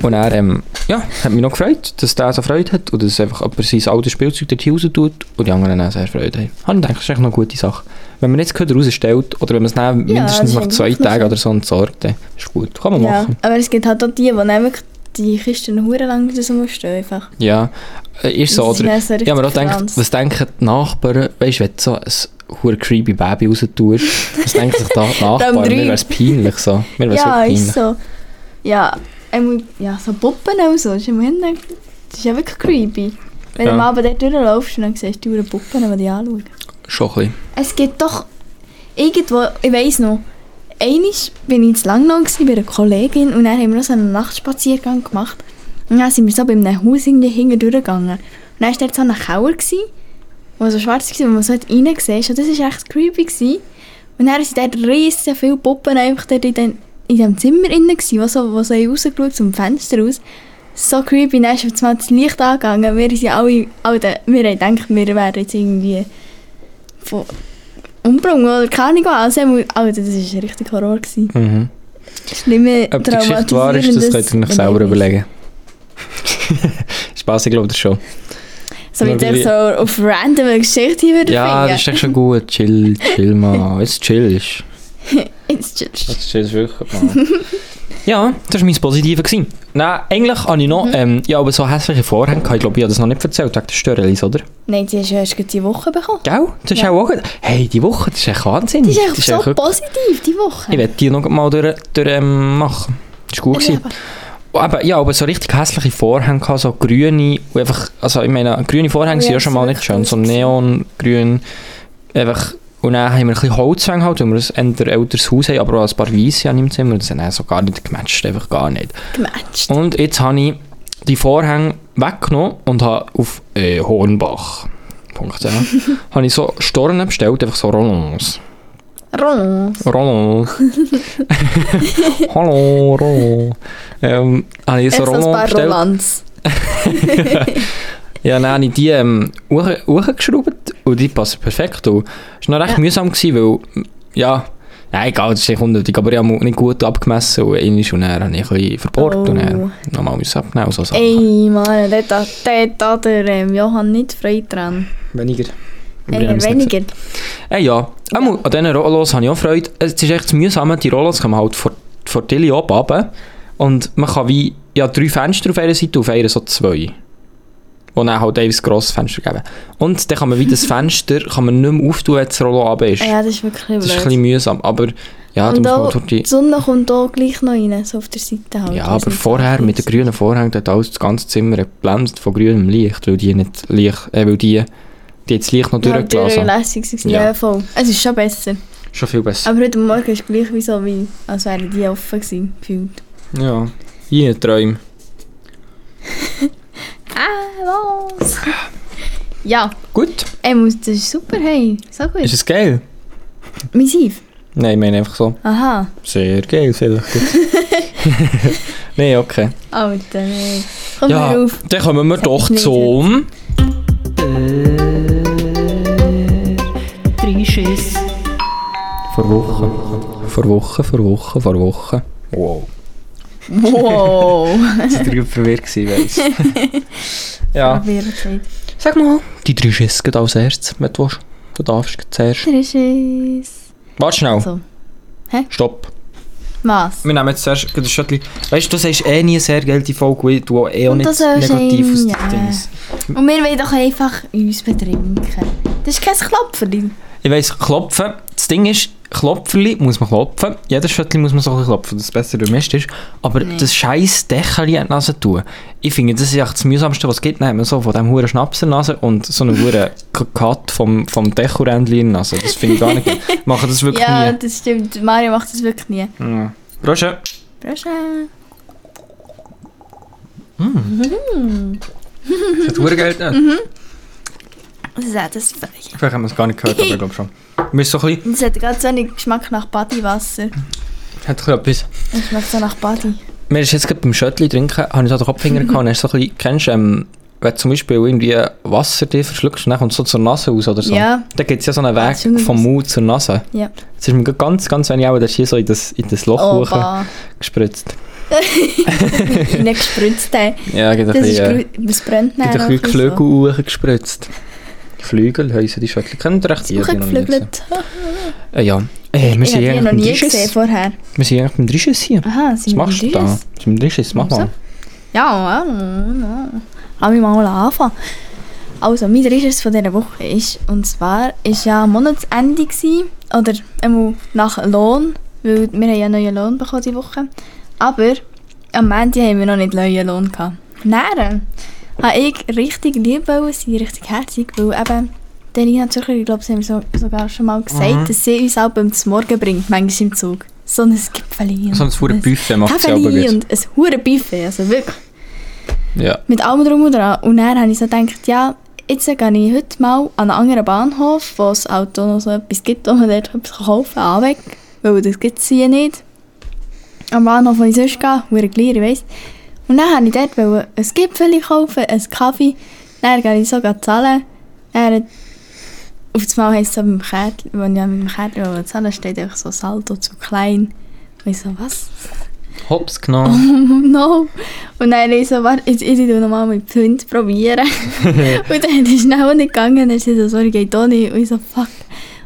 [SPEAKER 2] Und er, ähm, ja, hat mich noch gefreut, dass der so Freude hat und dass einfach jemand sein altes Spielzeug dort raus tut und die anderen auch sehr Freude haben. Habe ich gedacht, das ist echt noch eine gute Sache. Wenn man jetzt gerade rausstellt oder wenn man es dann
[SPEAKER 3] Ja,
[SPEAKER 2] mindestens
[SPEAKER 3] das
[SPEAKER 2] nach
[SPEAKER 3] ist
[SPEAKER 2] zwei
[SPEAKER 3] eigentlich
[SPEAKER 2] Tagen
[SPEAKER 3] noch
[SPEAKER 2] oder so entsorgt, dann ist gut. Kann man
[SPEAKER 3] Ja,
[SPEAKER 2] machen.
[SPEAKER 3] aber es gibt halt auch die, die dann wirklich die Kisten hurenlang lang rumstehen einfach.
[SPEAKER 2] Ja, äh, ist so.
[SPEAKER 3] Das ist
[SPEAKER 2] Oder,
[SPEAKER 3] dann so richtig
[SPEAKER 2] ja, aber auch denkt,
[SPEAKER 3] Franz.
[SPEAKER 2] was denken die Nachbarn, weißt du, wenn du so ein hure creepy Baby raus tust, was denken sich da die Nachbarn? Mir
[SPEAKER 3] drei.
[SPEAKER 2] wäre es peinlich so. Mir wäre es
[SPEAKER 3] Ja,
[SPEAKER 2] wirklich
[SPEAKER 3] ist
[SPEAKER 2] peinlich.
[SPEAKER 3] so. Ja, einmal, ja so Puppen auch so. Das ist, immerhin, das ist ja wirklich creepy. Wenn
[SPEAKER 2] Ja.
[SPEAKER 3] du am Abend dort durchlaufst und dann siehst du die Puppen, die dich anschauen.
[SPEAKER 2] Schon ein bisschen.
[SPEAKER 3] Es gibt doch irgendwo, ich weiss noch, Einmal bin ich zu lang noch gewesen bei einer Kollegin und dann haben wir noch so einen Nachtspaziergang gemacht. Und dann sind wir so bei einem Haus irgendwie hinten durchgegangen. Und dann war dort so ein Keller, gewesen, wo so schwarz war, wo man so reingesehen Und das war echt creepy. Gewesen. Und dann waren dort riesen viele Puppen einfach dort in, den, in diesem Zimmer drin, gewesen, wo so, wo so rausgeschaut zum Fenster raus. So creepy, dann ist auf einmal das Licht angegangen. Wir sind alle, alle wir haben gedacht, wir wären jetzt irgendwie von Umbrung oder keine Ahnung was. Also, Alter, das war richtig Horror. Gewesen.
[SPEAKER 2] Mhm.
[SPEAKER 3] Schlimme,
[SPEAKER 2] Ob die Geschichte wahr ist, das
[SPEAKER 3] dus-
[SPEAKER 2] könnt ihr euch selber überlegen. Spaß, ich glaube das schon.
[SPEAKER 3] So mit
[SPEAKER 2] Nur
[SPEAKER 3] dem
[SPEAKER 2] weil-
[SPEAKER 3] so auf random
[SPEAKER 2] dus-
[SPEAKER 3] eine Geschichte hier würde
[SPEAKER 2] Ja, das ist echt schon gut. Chill, chill mal. Jetzt chillst.
[SPEAKER 3] Ich ist jetzt.
[SPEAKER 2] Das ist jetzt wirklich mal. ja, das war mein Positives. gewesen. Nein, eigentlich habe ich noch
[SPEAKER 3] Mhm.
[SPEAKER 2] ähm, ja, aber so hässliche Vorhänge. gehabt. Ich glaube, ich habe das noch nicht erzählt, wegen der Störrelis, oder?
[SPEAKER 3] Nein, die hast du erst gerade diese Woche bekommen.
[SPEAKER 2] Gell? Das ist
[SPEAKER 3] Ja.
[SPEAKER 2] auch auch... Hey, die Woche, das ist echt wahnsinnig.
[SPEAKER 3] Die ist echt so
[SPEAKER 2] echt-
[SPEAKER 3] positiv, die
[SPEAKER 2] Ich
[SPEAKER 3] Woche.
[SPEAKER 2] werde die noch mal durch, durch ähm, machen. Das war gut.
[SPEAKER 3] Ja,
[SPEAKER 2] gewesen. Oh, Aber ja, aber so richtig hässliche Vorhänge, gehabt, so grüne, und einfach, also ich meine, grüne Vorhänge sind
[SPEAKER 3] Oh Ja,
[SPEAKER 2] ja schon mal
[SPEAKER 3] das
[SPEAKER 2] nicht
[SPEAKER 3] ist
[SPEAKER 2] schön, so
[SPEAKER 3] wirklich
[SPEAKER 2] neongrün, einfach, und dann haben wir ein bisschen Holzwänge halt, weil wir ein eher älteres Haus haben, aber auch ein paar Weisse an im Zimmer, das haben dann so gar nicht gematcht, einfach gar nicht.
[SPEAKER 3] Gematcht.
[SPEAKER 2] Und jetzt habe ich die Vorhänge weggenommen und habe auf äh, Hornbach, Punkt, ja, habe ich so Stornen bestellt, einfach so Rollons.
[SPEAKER 3] Rons.
[SPEAKER 2] Rollo. Hallo, Rollo. Ähm, habe ich
[SPEAKER 3] Echt
[SPEAKER 2] so
[SPEAKER 3] so ein
[SPEAKER 2] Rollo
[SPEAKER 3] paar
[SPEAKER 2] bestellt.
[SPEAKER 3] Rolands.
[SPEAKER 2] Ja, dann habe ich die ähm, hoch- hochgeschraubt und oh, die passen perfekt. Und Es war noch recht
[SPEAKER 3] Ja.
[SPEAKER 2] mühsam, gewesen, weil, ja, nein, egal, das ist nicht unnötig, aber ich habe nicht gut abgemessen und einmal und dann habe ich ein bisschen verbohrt
[SPEAKER 3] Oh.
[SPEAKER 2] und dann nochmal muss abnehmen und so Sachen.
[SPEAKER 3] Ey, Mann, dort hat- dort hat der ähm, Johann nicht Freude dran.
[SPEAKER 2] Weniger. Aber ich habe
[SPEAKER 3] Eher
[SPEAKER 2] es nicht gesagt.
[SPEAKER 3] weniger.
[SPEAKER 2] Hey, ja, Einmal, an diesen Rollos habe ich auch Freude. Es ist echt das Mühsame, die Rollos kommen halt vor, vor Tilly oben runter. Und man kann wie, ja, drei Fenster auf einer Seite, auf einer so zwei. Und dann halt ein grosses Fenster geben. Und dann kann man wie das Fenster kann man nicht mehr auftun, wenn das Rollo runter ist.
[SPEAKER 3] Ah Ja, das ist wirklich
[SPEAKER 2] das ist ein
[SPEAKER 3] blöd.
[SPEAKER 2] bisschen mühsam, aber ja, du
[SPEAKER 3] Und
[SPEAKER 2] musst mal
[SPEAKER 3] auch,
[SPEAKER 2] durch die...
[SPEAKER 3] die Sonne kommt auch gleich noch rein, so auf der Seite halt.
[SPEAKER 2] Ja,
[SPEAKER 3] Weiss
[SPEAKER 2] aber
[SPEAKER 3] nicht.
[SPEAKER 2] vorher mit den grünen Vorhängen hat alles das ganze Zimmer geblendet von grünem Licht, weil die nicht Licht, äh, weil die, die jetzt Licht noch
[SPEAKER 3] Ja,
[SPEAKER 2] durchgelassen haben.
[SPEAKER 3] durchlässig war.
[SPEAKER 2] Ja.
[SPEAKER 3] Ja, voll. Es ist schon besser.
[SPEAKER 2] Schon viel besser.
[SPEAKER 3] Aber heute Morgen ist es gleich wie so, wie, als wären die offen gewesen, gefühlt.
[SPEAKER 2] Ja, je Träume.
[SPEAKER 3] Ah, was? Ja,
[SPEAKER 2] Gut.
[SPEAKER 3] ey, muss, das ist super, hey. So gut.
[SPEAKER 2] Ist es geil?
[SPEAKER 3] Massiv.
[SPEAKER 2] Nein, ich meine einfach so.
[SPEAKER 3] Aha.
[SPEAKER 2] Sehr geil, sehr gut. Nein, okay.
[SPEAKER 3] Alter, hey. Komm
[SPEAKER 2] ja,
[SPEAKER 3] mal auf.
[SPEAKER 2] dann kommen wir doch
[SPEAKER 3] nicht
[SPEAKER 2] zum.
[SPEAKER 5] Drei Schiss.
[SPEAKER 2] Vor Wochen. Vor Wochen, vor Wochen, vor Wochen. Wow.
[SPEAKER 3] Wow.
[SPEAKER 2] Das war verwirrt, weiss. ja.
[SPEAKER 3] Verwirrtheit.
[SPEAKER 2] Sag mal. Die drei Schüsse geht als erstes, wenn du willst. Du darfst gleich zuerst.
[SPEAKER 3] Der ist es.
[SPEAKER 2] Warte schnell.
[SPEAKER 3] So. Hä?
[SPEAKER 2] Stopp.
[SPEAKER 3] Was?
[SPEAKER 2] Wir nehmen jetzt zuerst gleich ein Schöttchen. Weißt du, du sagst eh nie sehr geil die Folge, weil du auch eh auch
[SPEAKER 3] Und
[SPEAKER 2] nicht
[SPEAKER 3] das sollst du eh
[SPEAKER 2] negativ aus
[SPEAKER 3] ihm, ja.
[SPEAKER 2] den Dings.
[SPEAKER 3] Und wir wollen doch einfach uns betrinken. Das ist kein Klopfen.
[SPEAKER 2] Ich weiss, klopfen. Das Ding ist, Klopferli muss man klopfen. Jedes Schöttchen muss man so ein bisschen klopfen, dass es besser durchmischt ist. Aber das scheiß Dächerli an die Nase tun. Ich finde, das ist echt das mühsamste, was es gibt. Nehmen so von diesem huren Schnaps in die Nase und so einen huren Cut vom, vom Dächerrändli in die Nase. Das finde ich gar nicht gut. Machen das wirklich
[SPEAKER 3] Ja,
[SPEAKER 2] nie.
[SPEAKER 3] das stimmt. Mario dus macht das wirklich nie.
[SPEAKER 2] Ja. Roger.
[SPEAKER 3] Proszę.
[SPEAKER 2] Das hat hure Geld nicht.
[SPEAKER 3] Mhm. Das ist völlig.
[SPEAKER 2] Vielleicht haben wir es gar nicht gehört, aber ich glaube schon. Mir ist so ein bisschen,
[SPEAKER 3] Das hat gerade so einen Geschmack nach Bodywasser.
[SPEAKER 2] hat ein bisschen etwas.
[SPEAKER 3] Es schmeckt so nach Body.
[SPEAKER 2] Mir ist jetzt gerade beim Schöttli trinken, habe ich so den Kopffinger gehabt und dann ist so ein bisschen, kennst du, ähm, wenn du zum Beispiel irgendwie Wasser dir verschluckst und dann kommt es so zur Nase raus oder so.
[SPEAKER 3] Ja. Ah,
[SPEAKER 2] Dann gibt es ja so einen
[SPEAKER 3] das ist schon
[SPEAKER 2] Weg vom
[SPEAKER 3] etwas.
[SPEAKER 2] Mund zur Nase.
[SPEAKER 3] Ja. Oh,
[SPEAKER 2] Jetzt ist mir gerade ganz, ganz wenig auch, das ist hier so in das, in das Loch hoch
[SPEAKER 3] Opa.
[SPEAKER 2] gespritzt.
[SPEAKER 3] Nicht gespritzt. ey.
[SPEAKER 2] Ja, gibt ein
[SPEAKER 3] Das ist
[SPEAKER 2] bisschen, äh,
[SPEAKER 3] grü- es brennt
[SPEAKER 2] gibt ein
[SPEAKER 3] nachher
[SPEAKER 2] bisschen
[SPEAKER 3] auch
[SPEAKER 2] Geflügel
[SPEAKER 3] so.
[SPEAKER 2] hoch gespritzt. Flügel heissen die Schöttli. Kennt ihr recht die, die noch nicht gesehen.
[SPEAKER 3] Hochgeflügelt.
[SPEAKER 2] Äh, ja. Ey, wir
[SPEAKER 3] Ich
[SPEAKER 2] sind
[SPEAKER 3] habe Oh, die
[SPEAKER 2] eigentlich
[SPEAKER 3] noch
[SPEAKER 2] beim
[SPEAKER 3] nie gesehen
[SPEAKER 2] Drisches.
[SPEAKER 3] vorher.
[SPEAKER 2] Wir sind eigentlich beim Drisches hier.
[SPEAKER 3] Aha,
[SPEAKER 2] Was
[SPEAKER 3] sind wir
[SPEAKER 2] machst du da?
[SPEAKER 3] Drisches?
[SPEAKER 2] Beim Drisches, mach mal.
[SPEAKER 3] Ja, ja, ja. Aber ich mal anfangen. Also, mein Risches von dieser Woche ist, und zwar war ja Monatsende, gewesen, oder einmal nach Lohn, weil wir haben ja einen neuen Lohn bekommen diese Woche. Aber am Montag haben wir noch nicht neuen Lohn gehabt. Dann wollte ich richtig lieb wollen sein, richtig herzig, weil eben der Rina Zürcher, ich glaube, sie haben so, sogar schon mal gesagt,
[SPEAKER 2] Mhm.
[SPEAKER 3] dass sie uns auch beim Morgen bringt, manchmal im Zug. So ein Gipfeli. und
[SPEAKER 2] So ein verdammtes Buffet macht sie aber
[SPEAKER 3] Kaffee
[SPEAKER 2] gut.
[SPEAKER 3] und ein hure Buffet, also wirklich
[SPEAKER 2] Ja.
[SPEAKER 3] mit allem drum und dran. Und dann habe ich so gedacht, ja, jetzt gehe ich heute mal an einen anderen Bahnhof, wo es halt auch noch so etwas gibt, wo man dort etwas kaufen kann, anweg, weil das gibt es hier nicht. Am Bahnhof, wo ich sonst gehe, wo ich gleich weiss. Und dann habe ich dort wollte ein Gipfeli kaufen, einen Kaffee, dann gehe ich sogar zahlen. Dann auf das Mal heisst es so, mit dem Kärtchen, wenn ich mit dem Kärtchen wollte zahlen steht einfach so Saldo zu klein. Und ich so, was?
[SPEAKER 2] Hops
[SPEAKER 3] Oh.
[SPEAKER 2] genommen.
[SPEAKER 3] no. Und dann ich so, warte, jetzt ich tu nochmal mit Pfund nou probieren. und dann ist es schnell nicht gegangen. Dann ist sie so, sorry, geht auch nicht. Und ich so, fuck.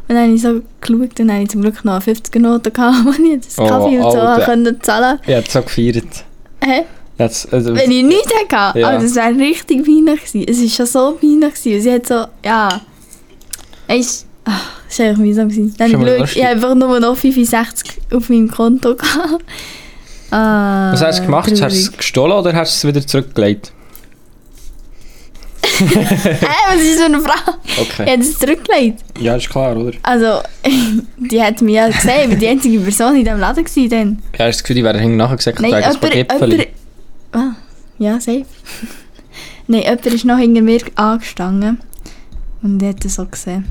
[SPEAKER 3] Und dann habe ich so geschaut und dann habe ich zum Glück noch 50 Noten gehabt, wo ich jetzt einen
[SPEAKER 2] Oh,
[SPEAKER 3] Kaffee und so
[SPEAKER 2] Alter.
[SPEAKER 3] können zahlen
[SPEAKER 2] Ich hätte so gefeiert.
[SPEAKER 3] Hä?
[SPEAKER 2] Jetzt, also,
[SPEAKER 3] Wenn ich nichts hatte,
[SPEAKER 2] Ja.
[SPEAKER 3] aber das wäre Oh, richtig peinlich gewesen. Es war schon so peinlich gewesen. Sie hat so, ja... ah, Es war eigentlich mühsam. gewesen. Dann
[SPEAKER 2] Ist
[SPEAKER 3] habe ich
[SPEAKER 2] aber
[SPEAKER 3] geschaut,
[SPEAKER 2] lustig.
[SPEAKER 3] ich habe einfach nur noch 65 auf meinem Konto gehabt. Ah,
[SPEAKER 2] was hast du gemacht? Hast du
[SPEAKER 3] traurig.
[SPEAKER 2] es gestohlen oder hast du es wieder zurückgelegt?
[SPEAKER 3] Hä, was ist das für eine Frage? Ich
[SPEAKER 2] Okay.
[SPEAKER 3] habe es zurückgelegt.
[SPEAKER 2] Ja, ist klar, oder?
[SPEAKER 3] Also, die hat mich ja gesehen, ich war die einzige Person in diesem Laden. Gewesen, dann.
[SPEAKER 2] Ja, hast du das Gefühl, ich wäre hinten nachher gesagt, ich
[SPEAKER 3] Nein,
[SPEAKER 2] trage ein paar
[SPEAKER 3] jemand...
[SPEAKER 2] Gipfeli.
[SPEAKER 3] jemand ah, ja, safe. Nein, jemand ist noch hinter mir angestanden. Und ich hat das so gesehen.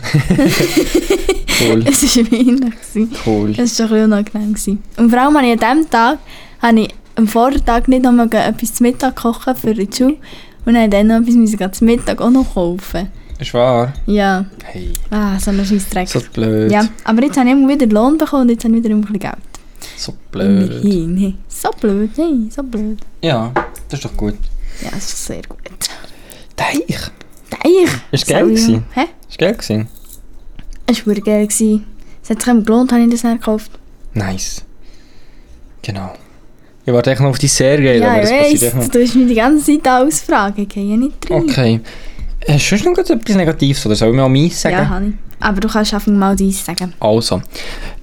[SPEAKER 2] Cool,
[SPEAKER 3] Es war peinlich. gewesen.
[SPEAKER 2] cool.
[SPEAKER 3] Es war schon ein bisschen unangenehm. gewesen. Und vor allem habe ich an diesem Tag, habe ich am Vortag nicht noch mal etwas zu Mittag kochen für die Schule. Und dann musste ich dann noch etwas müssen zu Mittag auch noch kaufen.
[SPEAKER 2] Ist wahr?
[SPEAKER 3] Ja,
[SPEAKER 2] Hey,
[SPEAKER 3] ah, so ein scheiß Dreck.
[SPEAKER 2] so blöd.
[SPEAKER 3] Ja, aber jetzt habe ich immer wieder Lohn bekommen und jetzt habe ich wieder ein bisschen Geld.
[SPEAKER 2] So blöd.
[SPEAKER 3] Nee, nee. So blöd, nee, so blöd.
[SPEAKER 2] Ja, das ist doch gut.
[SPEAKER 3] Ja, das ist sehr gut.
[SPEAKER 2] Teich.
[SPEAKER 3] Teich!
[SPEAKER 2] Ist geil gewesen.
[SPEAKER 3] Hä?
[SPEAKER 2] Ist geil gewesen.
[SPEAKER 3] Es war verdammt geil. gewesen. Es hat sich eben gelohnt, habe ich das dann gekauft.
[SPEAKER 2] Nice. Genau. Ich warte echt noch auf die Serie,
[SPEAKER 3] ja,
[SPEAKER 2] aber
[SPEAKER 3] ich
[SPEAKER 2] das passiert echt
[SPEAKER 3] weiss,
[SPEAKER 2] noch.
[SPEAKER 3] du hast mich die ganze Zeit ausfragen, ich gehe ja nicht rein.
[SPEAKER 2] Okay. Hast du sonst noch etwas Negatives oder soll ich mir auch meins sagen?
[SPEAKER 3] Ja, Hanni. Ah, Aber du kannst einfach mal dies sagen.
[SPEAKER 2] Also,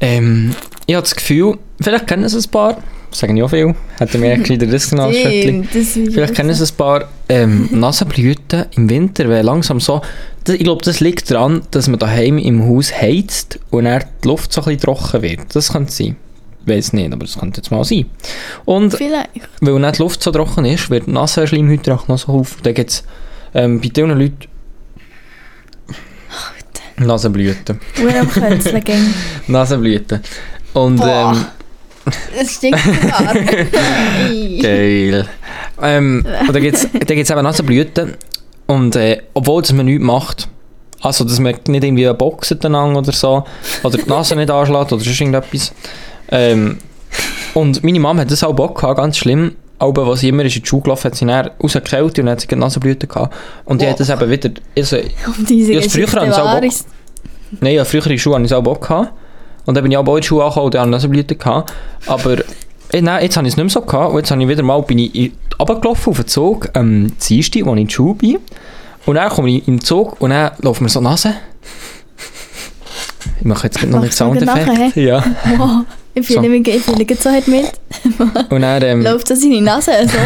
[SPEAKER 2] ähm, ich habe das Gefühl, vielleicht kennen es ein paar, sagen ja viel, hätten wir eigentlich wieder das genommen, Schöttli.
[SPEAKER 3] Stimmt, das ist
[SPEAKER 2] Vielleicht kennen es ein paar ähm, Nasenblüten im Winter, weil langsam so. Das, ich glaube, das liegt daran, dass man daheim im Haus heizt und dann die Luft so ein bisschen trocken wird. Das könnte sein. Weiß nicht, aber das könnte jetzt mal sein. Und
[SPEAKER 3] Vielleicht.
[SPEAKER 2] weil nicht die Luft so trocken ist, wird die Nasenschleimhäute auch noch so auf. Da gibt es ähm, bei diesen Leuten Nasenblüten.
[SPEAKER 3] Oder am Kölzle gehen.
[SPEAKER 2] Nasenblüten. Und
[SPEAKER 3] Boah.
[SPEAKER 2] ähm,
[SPEAKER 3] Es stinkt sogar. Ey.
[SPEAKER 2] Geil. Ähm, und da gibt es da gibt's eben Nasenblüten. Und äh, obwohl dass man nichts macht, also dass man nicht irgendwie boxt einander oder so, oder die Nase nicht anschlägt oder sonst irgendetwas. Ähm, und meine Mama hat das auch Bock gehabt, ganz schlimm. Aber was sie immer ist in die Schule gelaufen, hat sie dann rausgekältet und hat sie gerade Nasenblüten gehabt. Und die hat das eben wieder... Also,
[SPEAKER 3] Und diese
[SPEAKER 2] Ja, das
[SPEAKER 3] Geschichte
[SPEAKER 2] früher haben sie auch
[SPEAKER 3] wahr
[SPEAKER 2] Bock.
[SPEAKER 3] ist.
[SPEAKER 2] Nein, ja, früher in Schuhe hatte ich auch Bock. Gehabt. Und dann bin ich auch in die Schuhe angekommen und hatte Nasenblüten. Gehabt. Aber eh, nein, jetzt habe ich es nicht mehr so. Gehabt. Und jetzt habe ich wieder mal, bin ich in- runtergelaufen auf den Zug, ähm, Dienstag, wo ich in die Schuhe bin. Und dann komme ich im Zug und dann läuft mir so die Nase. Ich mache jetzt gerade noch einen
[SPEAKER 3] Machst du gerade
[SPEAKER 2] Soundeffekt. Ja.
[SPEAKER 3] Wow. Ich
[SPEAKER 2] So.
[SPEAKER 3] fühle mich, ich fühle mich so heute mit.
[SPEAKER 2] Und dann, ähm,
[SPEAKER 3] Läuft das in die Nase so?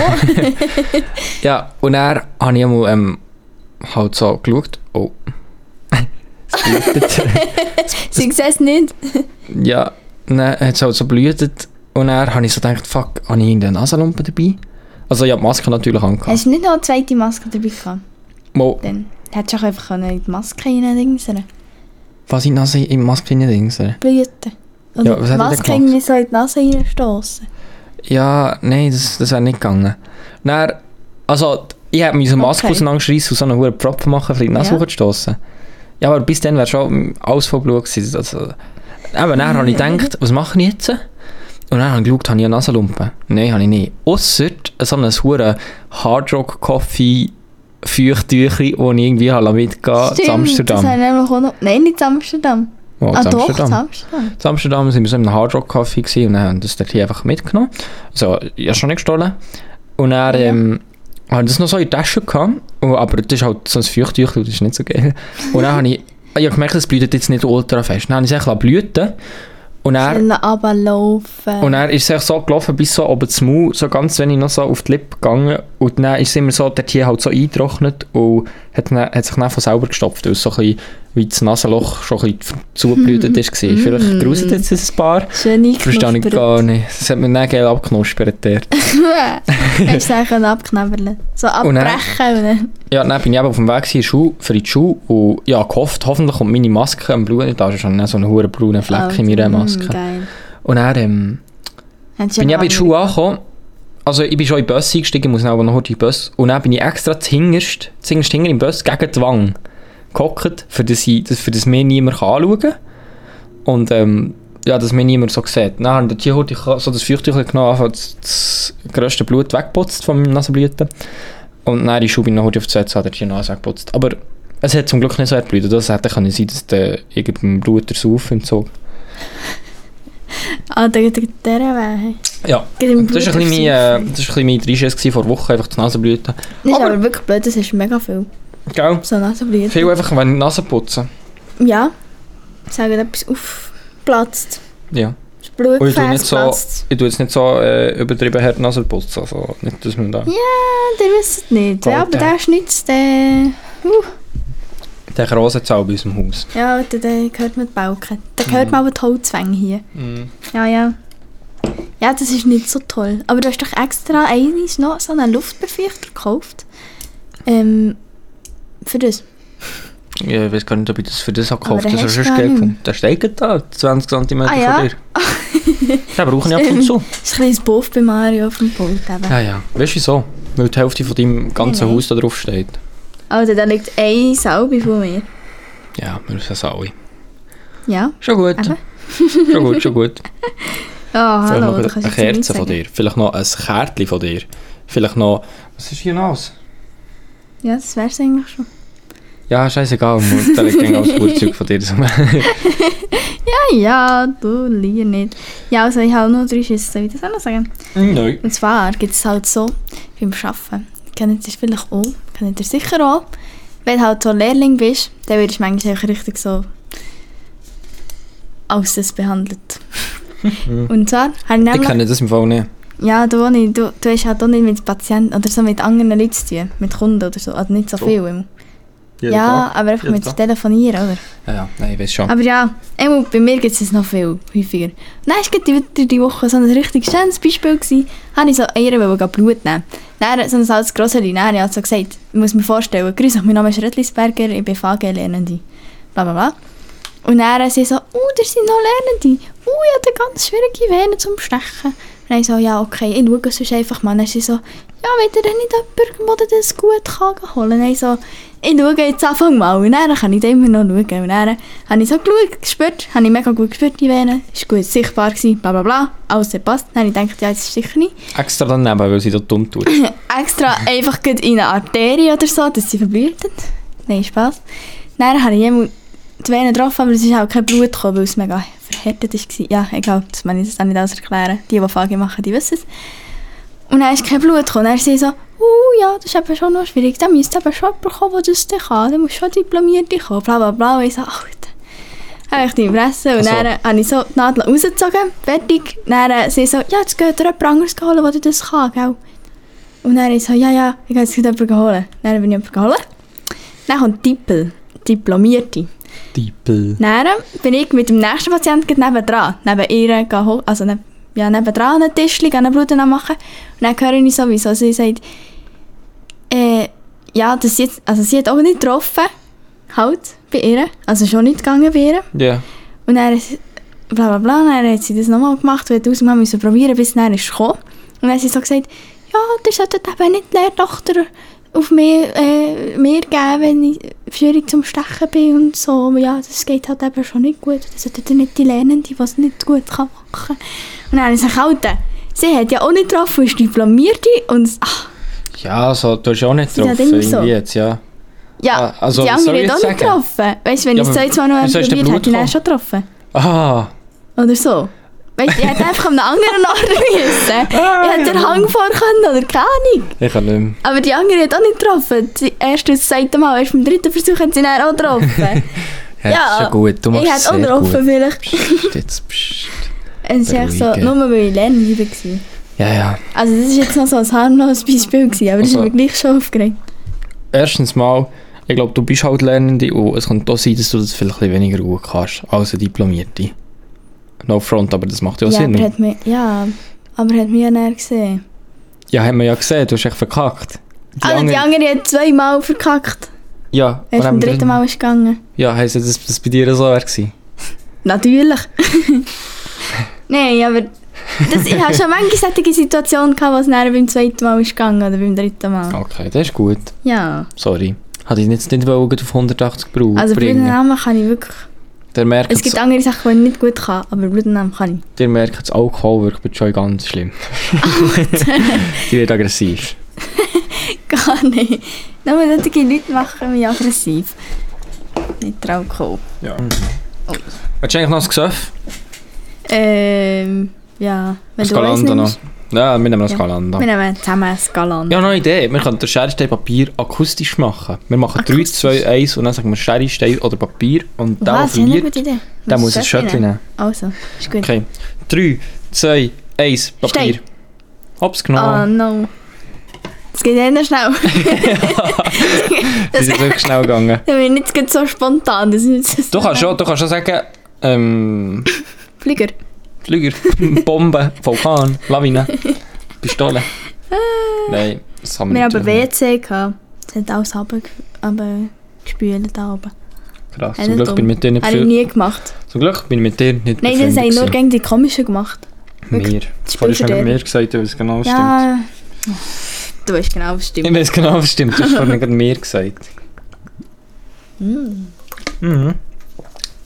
[SPEAKER 2] Ja, und er habe ich einmal ähm, halt so geschaut. Oh. es blutet.
[SPEAKER 3] Sie sehen es nicht.
[SPEAKER 2] ja, dann hat es halt so blutet. Und dann habe ich so gedacht, fuck, habe ich irgendeine Nasenlampe dabei? Also ich habe die Maske natürlich angehabt.
[SPEAKER 3] Hast du nicht noch eine zweite Maske dabei gehabt?
[SPEAKER 2] Mo,
[SPEAKER 3] Dann hättest du auch einfach können in die Maske hineindingseln
[SPEAKER 2] was in die Nase, nou in die Maske hineindingseln?
[SPEAKER 3] Blüten. Und
[SPEAKER 2] Ja, was hat
[SPEAKER 3] die
[SPEAKER 2] er denn
[SPEAKER 3] Maske
[SPEAKER 2] gemacht?
[SPEAKER 3] irgendwie so in die Nase reinstossen.
[SPEAKER 2] Ja, nein, das, das wäre nicht gegangen. Dann, also ich habe meine Maske
[SPEAKER 3] Okay.
[SPEAKER 2] auseinandergeschrissen und so einen hohen Propfen machen, vielleicht die Nase
[SPEAKER 3] Ja.
[SPEAKER 2] ja. hochzustossen. Ja, aber bis dann wäre schon alles voll Blut gewesen. Also, eben, dann habe ich gedacht, was mache ich jetzt? Und dann habe ich geschaut, habe ich eine Nasenlumpe? Nein, habe ich nicht. Ausser so ein hohen Hardrock-Coffee Feuchttüchli, das ich irgendwie habe mitgehen lassen zu
[SPEAKER 3] das
[SPEAKER 2] Oh, Amsterdam.
[SPEAKER 3] haben wir nämlich auch noch... Nein, nicht in Amsterdam.
[SPEAKER 2] Oh,
[SPEAKER 3] ah
[SPEAKER 2] zu
[SPEAKER 3] doch,
[SPEAKER 2] Amsterdam.
[SPEAKER 3] in Amsterdam.
[SPEAKER 2] In Amsterdam sind wir so in einem Hardrock-Café gewesen und dann haben das dort hier einfach mitgenommen. Also, ich habe schon nicht gestohlen. Und dann ähm, habe ich das noch so in der Tasche gehabt. Und, aber das ist halt so ein Feuchttüchel, das ist nicht so geil. Und dann habe ich, ich habe gemerkt, es blüht jetzt nicht ultra fest. Dann habe ich es echt lassen blüten und dann,
[SPEAKER 3] Sollen runterlaufen.
[SPEAKER 2] und dann ist es echt so gelaufen bis so oben zum Mund, so ganz wenig noch so auf die Lippe gegangen. Und dann ist es immer so, dort hier halt so eingetrocknet und hat, dann, hat sich dann von selber gestopft, weil es so ein bisschen, wie das Nasenloch schon ein bisschen zugeblütet ist. gewesen. Vielleicht gruselt jetzt ein paar.
[SPEAKER 3] Schön
[SPEAKER 2] Verstehe ich
[SPEAKER 3] eingeknuspert.
[SPEAKER 2] gar nicht. Das hat mir dann geil abgeknuspert dort.
[SPEAKER 3] Hast du es auch können abknabbern So
[SPEAKER 2] Und dann-
[SPEAKER 3] abbrechen und dann...
[SPEAKER 2] Ja, dann bin ich eben auf dem Weg gewesen, in die Schule, für die Schule und ja, gehofft, hoffentlich kommt meine Maske am Blut nicht an. Ich habe dann so einen hohen braunen Fleck in
[SPEAKER 3] Alter,
[SPEAKER 2] meiner
[SPEAKER 3] mm,
[SPEAKER 2] Maske.
[SPEAKER 3] Geil.
[SPEAKER 2] Und dann ähm,
[SPEAKER 3] Hättest du
[SPEAKER 2] bin ich
[SPEAKER 3] ja
[SPEAKER 2] eben in die
[SPEAKER 3] noch
[SPEAKER 2] Schule angekommen. Also ich bin schon in den Bus eingestiegen, muss dann aber noch heute in den Bus. Und dann bin ich extra zuhinterst, zuhinterst hinten im Bus gegen die Wange gehockt, für das, ich, das, für das mich niemand kann anschauen kann. Und ähm, ja, dass mich niemand so sieht. Dann habe ich heute so das Feuchttuch genommen, einfach das, das grösste Blut weggeputzt von meinem Nasenblüten. Und dann in die Schuhe bin ich noch heute auf die Sätze, habe ich die Nase weggeputzt. Aber Es hat zum Glück nicht so erblüht. Das hätte können sein, dass der irgendein Blut der Saufen entzog.
[SPEAKER 3] Ah, der geht der Weg.
[SPEAKER 2] Ja.
[SPEAKER 3] Geht im
[SPEAKER 2] Das war ein
[SPEAKER 3] Blut
[SPEAKER 2] bisschen
[SPEAKER 3] der
[SPEAKER 2] mein, äh, das war ein bisschen mein Dreischiss gewesen vor Wochen, einfach die Nasenblüten.
[SPEAKER 3] Das ist
[SPEAKER 2] Aber-
[SPEAKER 3] aber wirklich blöd, das ist dus mega viel.
[SPEAKER 2] Gell?
[SPEAKER 3] So
[SPEAKER 2] Viel
[SPEAKER 3] Nasenblüten.
[SPEAKER 2] einfach, wenn die Nase putzen.
[SPEAKER 3] Ja. Sagen etwas aufplatzt.
[SPEAKER 2] Ja.
[SPEAKER 3] Das
[SPEAKER 2] Und ich tue nicht
[SPEAKER 3] Blutgefäß
[SPEAKER 2] so-
[SPEAKER 3] platzt.
[SPEAKER 2] Ich tue jetzt nicht so äh, übertrieben hart die Nase putzen. Also nicht, dass man da...
[SPEAKER 3] Ja, der wisst es nicht. Ja, aber
[SPEAKER 2] Alter.
[SPEAKER 3] der schnitzt, der...
[SPEAKER 2] Der Rosenzahl bei uns im Haus.
[SPEAKER 3] Ja, der, der gehört mit Balken. Der gehört
[SPEAKER 2] Mhm.
[SPEAKER 3] mal mit Holzwängen hier.
[SPEAKER 2] Mhm.
[SPEAKER 3] Ja, ja. Ja, das ist nicht so toll. Aber du hast doch extra eines noch so einen Luftbefeuchter gekauft. Ähm, für das.
[SPEAKER 2] Ja, ich weiß gar nicht, ob ich das für das habe
[SPEAKER 3] Aber
[SPEAKER 2] gekauft
[SPEAKER 3] den
[SPEAKER 2] habe. Das
[SPEAKER 3] hast
[SPEAKER 2] hast du
[SPEAKER 3] du
[SPEAKER 2] schon
[SPEAKER 3] gar
[SPEAKER 2] geil
[SPEAKER 3] nicht
[SPEAKER 2] gefunden. Der steigt da 20 cm
[SPEAKER 3] Ah, ja?
[SPEAKER 2] von dir. Den brauche ich ab und zu.
[SPEAKER 3] Das ist ein kleines Buff bei Mario auf dem Pult eben.
[SPEAKER 2] Ja, ja. Weißt du wieso? Weil die Hälfte von deinem ganzen
[SPEAKER 3] Nein, nein.
[SPEAKER 2] Haus da drauf steht.
[SPEAKER 3] Also, da liegt eine Salbe von mir.
[SPEAKER 2] Ja, wir wissen es alle.
[SPEAKER 3] Ja.
[SPEAKER 2] Schon gut.
[SPEAKER 3] Eben.
[SPEAKER 2] schon gut, schon gut.
[SPEAKER 3] Oh, hallo,
[SPEAKER 2] Vielleicht
[SPEAKER 3] du
[SPEAKER 2] noch
[SPEAKER 3] kannst
[SPEAKER 2] eine
[SPEAKER 3] jetzt nicht
[SPEAKER 2] Kerze
[SPEAKER 3] sagen.
[SPEAKER 2] von dir. Vielleicht noch ein Kärtchen von dir. Vielleicht noch... Was ist hier nou? hinaus?
[SPEAKER 3] Ja, das wär's eigentlich schon.
[SPEAKER 2] Ja, scheißegal. Nur da liegt alles Gurtzeug von dir.
[SPEAKER 3] Ah ja, du liegst nicht. Ja, also ich habe noch drei Schüsse, soll ich das auch noch sagen?
[SPEAKER 2] Nein.
[SPEAKER 3] Und zwar gibt es halt so beim Arbeiten, kennt ihr das vielleicht auch, kennt ihr sicher auch, wenn du halt so Lehrling bist, dann wirst du manchmal auch richtig so als das behandelt. Und zwar habe ich
[SPEAKER 2] Ich
[SPEAKER 3] nämlich,
[SPEAKER 2] kenne das im Fall nicht.
[SPEAKER 3] ja du auch nicht, du, du hast halt auch nicht mit Patienten oder so mit anderen Leuten zu tun, mit Kunden oder so, also nicht so,
[SPEAKER 2] So.
[SPEAKER 3] viel. immer. Ja, ah. aber einfach
[SPEAKER 2] Jeden
[SPEAKER 3] mit
[SPEAKER 2] Tag.
[SPEAKER 3] Telefonieren, oder?
[SPEAKER 2] Ja, ja. Nein, ich weiß schon.
[SPEAKER 3] Aber ja, einmal bei mir gibt es es noch viel häufiger. Dann war wieder die Woche so ein richtig schönes Beispiel. Gewesen. Habe ich so Eier wollte gehen Blut nehmen. Dann so ein altes Grosseli. Dann habe ich also gesagt, ich muss mir vorstellen, grüß euch, mein Name ist Röttlisberger, ich bin VG-Lernende. Bla bla bla. Und dann sie so, oh, da sind noch Lernende. Oh, ich habe eine ganz schwierige Vene zum Stechen. Und dann ich so, ja, okay, ich schaue sonst einfach mal. Dann ist sie so, ja, wollt ihr denn nicht jemanden, der das gut kann, gehen holen kann? Dann ich so, ich schaue jetzt Anfang mal. Und dann kann ich da immer noch schauen. Und dann habe ich so geschaut, gespürt, habe ich mega gut gespürt, die Vene. Ist gut sichtbar gewesen, bla bla bla. Alles hat passt. Dann habe ich gedacht, ja, jetzt ist sicher nicht.
[SPEAKER 2] Extra daneben, weil sie da dumm tut.
[SPEAKER 3] extra einfach gerade in eine Arterie oder so, dass sie verblutet. Nein, Spaß. Dann habe ich jemanden die Venen getroffen, aber es ist auch kein Blut gekommen, weil es mega verhärtet war. Ja, egal, das kann ich jetzt auch nicht alles erklären. Die, die Fage machen, die wissen es. Und dann ist kein Blut gekommen. Dann ist sie so, uh, ja, das ist eben schon noch schwierig. Da müsste eben schon jemand kommen, der das dann kann. Da muss schon Diplomierte kommen, bla bla bla. Und ich so, ach, habe ich die Fresse. Und
[SPEAKER 2] Ach so.
[SPEAKER 3] dann habe ich so die Nadel rausgezogen, fertig. Dann äh, sie so, ja, jetzt geht dir jemand anderes holen, der dir das kann, gell? Und dann ich so, ja, ja, ich gehe jetzt gerade jemanden holen. Dann bin ich jemanden geholt. Dann kommt Tippel, Diplomierte.
[SPEAKER 2] Diepel.
[SPEAKER 3] Dann bin ich mit dem nächsten Patienten nebendran, neben ihr, gehen hol- also neb, ja, nebendran an den Tisch, gehe eine Bluten machen. Und dann höre ich sowieso, sie sagt, äh, ja, das jetzt, also sie hat auch nicht getroffen, halt, bei ihr, also schon nicht gegangen bei ihr.
[SPEAKER 2] Ja.
[SPEAKER 3] Und dann ist, bla bla bla, dann hat sie das nochmal gemacht und hat tausendmal müssen probieren, bis dann ist gekommen. Und dann hat sie so gesagt, ja, das sollte eben nicht die Lehrtochter auf mir, äh, mir geben, wenn ich schwierig zum Stechen bin und so. Aber Ja, das geht halt eben schon nicht gut. Das sollte dann nicht die Lernende, die es nicht gut kann machen Und dann ist sie gehalten. Sie hat ja auch nicht getroffen, ist diplomierte und ah, ach,
[SPEAKER 2] Ja, so, du hast auch nicht
[SPEAKER 3] Sie sind
[SPEAKER 2] drauf.
[SPEAKER 3] halt immer
[SPEAKER 2] Irgendwie
[SPEAKER 3] so.
[SPEAKER 2] jetzt, ja.
[SPEAKER 3] ja,
[SPEAKER 2] Ah, also,
[SPEAKER 3] die
[SPEAKER 2] was soll
[SPEAKER 3] andere
[SPEAKER 2] ich
[SPEAKER 3] hat
[SPEAKER 2] jetzt
[SPEAKER 3] auch nicht
[SPEAKER 2] sagen?
[SPEAKER 3] getroffen. Weißt du, wenn
[SPEAKER 2] Ja,
[SPEAKER 3] ich es
[SPEAKER 2] aber
[SPEAKER 3] jetzt mal noch
[SPEAKER 2] wieso ist der
[SPEAKER 3] probiert
[SPEAKER 2] Blut
[SPEAKER 3] hätte, ich dann
[SPEAKER 2] gekommen?
[SPEAKER 3] schon getroffen.
[SPEAKER 2] Ah,
[SPEAKER 3] Oder so. Weißt du, ich hätte einfach an einen anderen Ort müssen. Ich hätte den Hang vor können oder keine Ahnung.
[SPEAKER 2] ich kann nicht mehr.
[SPEAKER 3] Aber Ah, die andere hat auch nicht getroffen. Die erste und das zweite Mal, erst beim dritten Versuch hat sie dann auch getroffen.
[SPEAKER 2] Ja,
[SPEAKER 3] Ja,
[SPEAKER 2] das ist ja gut. Du machst
[SPEAKER 3] ich
[SPEAKER 2] es
[SPEAKER 3] hätte auch
[SPEAKER 2] sehr
[SPEAKER 3] getroffen
[SPEAKER 2] gut.
[SPEAKER 3] vielleicht.
[SPEAKER 2] Psst, jetzt, psst.
[SPEAKER 3] Es ist echt so,
[SPEAKER 2] Beruhigen.
[SPEAKER 3] nur weil ich Lernliebe war.
[SPEAKER 2] Ja, ja.
[SPEAKER 3] Also das war jetzt noch so ein harmloses Beispiel, gewesen, aber das ist
[SPEAKER 2] Also-
[SPEAKER 3] mir gleich schon aufgeregt.
[SPEAKER 2] Erstens mal, ich glaube, du bist halt Lernende und es kann auch sein, dass du das vielleicht ein bisschen weniger gut kannst als eine Diplomierte. No front, aber das macht ja auch
[SPEAKER 3] ja,
[SPEAKER 2] Sinn.
[SPEAKER 3] aber hat mich, ja, aber hat mich ja näher gesehen.
[SPEAKER 2] Ja, haben wir ja gesehen, du hast echt verkackt. Die
[SPEAKER 3] also Ah, die
[SPEAKER 2] anderen-
[SPEAKER 3] andere hat zweimal verkackt.
[SPEAKER 2] Ja,
[SPEAKER 3] Erst beim
[SPEAKER 2] haben wir-
[SPEAKER 3] dritten Mal ist gegangen.
[SPEAKER 2] Ja, heisst das, dass das bei dir so wäre gewesen?
[SPEAKER 3] Natürlich. Nein, aber das, ich habe schon manche solche Situationen gehabt, was nachher beim zweiten Mal ist gegangen oder beim dritten Mal.
[SPEAKER 2] Okay, das ist gut.
[SPEAKER 3] Ja.
[SPEAKER 2] Sorry. Hatte ich jetzt nicht wollen, auf 180 Brau
[SPEAKER 3] Also
[SPEAKER 2] bringen.
[SPEAKER 3] Blutentnahmen kann ich wirklich...
[SPEAKER 2] Der merkt
[SPEAKER 3] Es gibt andere Sachen, die ich nicht gut kann, aber Blutentnahmen kann
[SPEAKER 2] Ihr merkt, das Alkohol wirkt bei Joy ganz schlimm. Die wird aggressiv.
[SPEAKER 3] ich. Gar nicht. Nur solche Leute machen mich aggressiv. Nicht der Alkohol.
[SPEAKER 2] Ja. Hast du eigentlich noch ein Gesöff?
[SPEAKER 3] Ähm, ja. Wenn du eins
[SPEAKER 2] Skalanda noch.
[SPEAKER 3] nimmst.
[SPEAKER 2] Ja, wir nehmen noch
[SPEAKER 3] Ja.
[SPEAKER 2] Skalanda.
[SPEAKER 3] Wir nehmen zusammen ein Galant.
[SPEAKER 2] Ja, noch eine Idee. Wir können Schere, Stein, Papier akustisch machen. Wir machen 3,
[SPEAKER 3] Akustisch.
[SPEAKER 2] 2, 1 und dann sagen wir Schere, Stein oder Papier. Und der, der
[SPEAKER 3] Was? Ich habe eine
[SPEAKER 2] verliert,
[SPEAKER 3] gute Idee.
[SPEAKER 2] der muss ein Schöttchen nehmen.
[SPEAKER 3] Also, ist gut.
[SPEAKER 2] Okay. 3, 2, 1, Papier.
[SPEAKER 3] Stein.
[SPEAKER 2] Hops
[SPEAKER 3] Oh
[SPEAKER 2] genommen.
[SPEAKER 3] no. Es geht eher schnell.
[SPEAKER 2] das
[SPEAKER 3] Ähm, das
[SPEAKER 2] ist jetzt wirklich schnell gegangen.
[SPEAKER 3] Das ist nicht gerade so spontan. Das ist nicht so
[SPEAKER 2] Du kannst schon, du kannst schon sagen, ähm,
[SPEAKER 3] Flieger.
[SPEAKER 2] Flüger, Bombe, Vulkan, Lawine, Pistole. Nein, das haben
[SPEAKER 3] Wir
[SPEAKER 2] wir nicht.
[SPEAKER 3] hatten
[SPEAKER 2] drin.
[SPEAKER 3] WC. gehabt. Es hat alles runtergespült da oben.
[SPEAKER 2] Krass,
[SPEAKER 3] Einer
[SPEAKER 2] zum Glück bin ich mit dir nicht
[SPEAKER 3] Habe ich
[SPEAKER 2] viel.
[SPEAKER 3] nie gemacht.
[SPEAKER 2] Zum Glück bin ich mit dir nicht
[SPEAKER 3] Nein, das
[SPEAKER 2] befreundet
[SPEAKER 3] haben nur
[SPEAKER 2] gewesen.
[SPEAKER 3] gegen die Komischen gemacht.
[SPEAKER 2] Mir.
[SPEAKER 3] Das
[SPEAKER 2] Vorhin
[SPEAKER 3] spielt
[SPEAKER 2] hast du
[SPEAKER 3] er.
[SPEAKER 2] mir gesagt, weil es genau stimmt.
[SPEAKER 3] Ja. Du weißt genau, was
[SPEAKER 2] Ich
[SPEAKER 3] stimmt.
[SPEAKER 2] weiß genau, was stimmt. Du hast vorhin gerade mir gesagt. Mhm.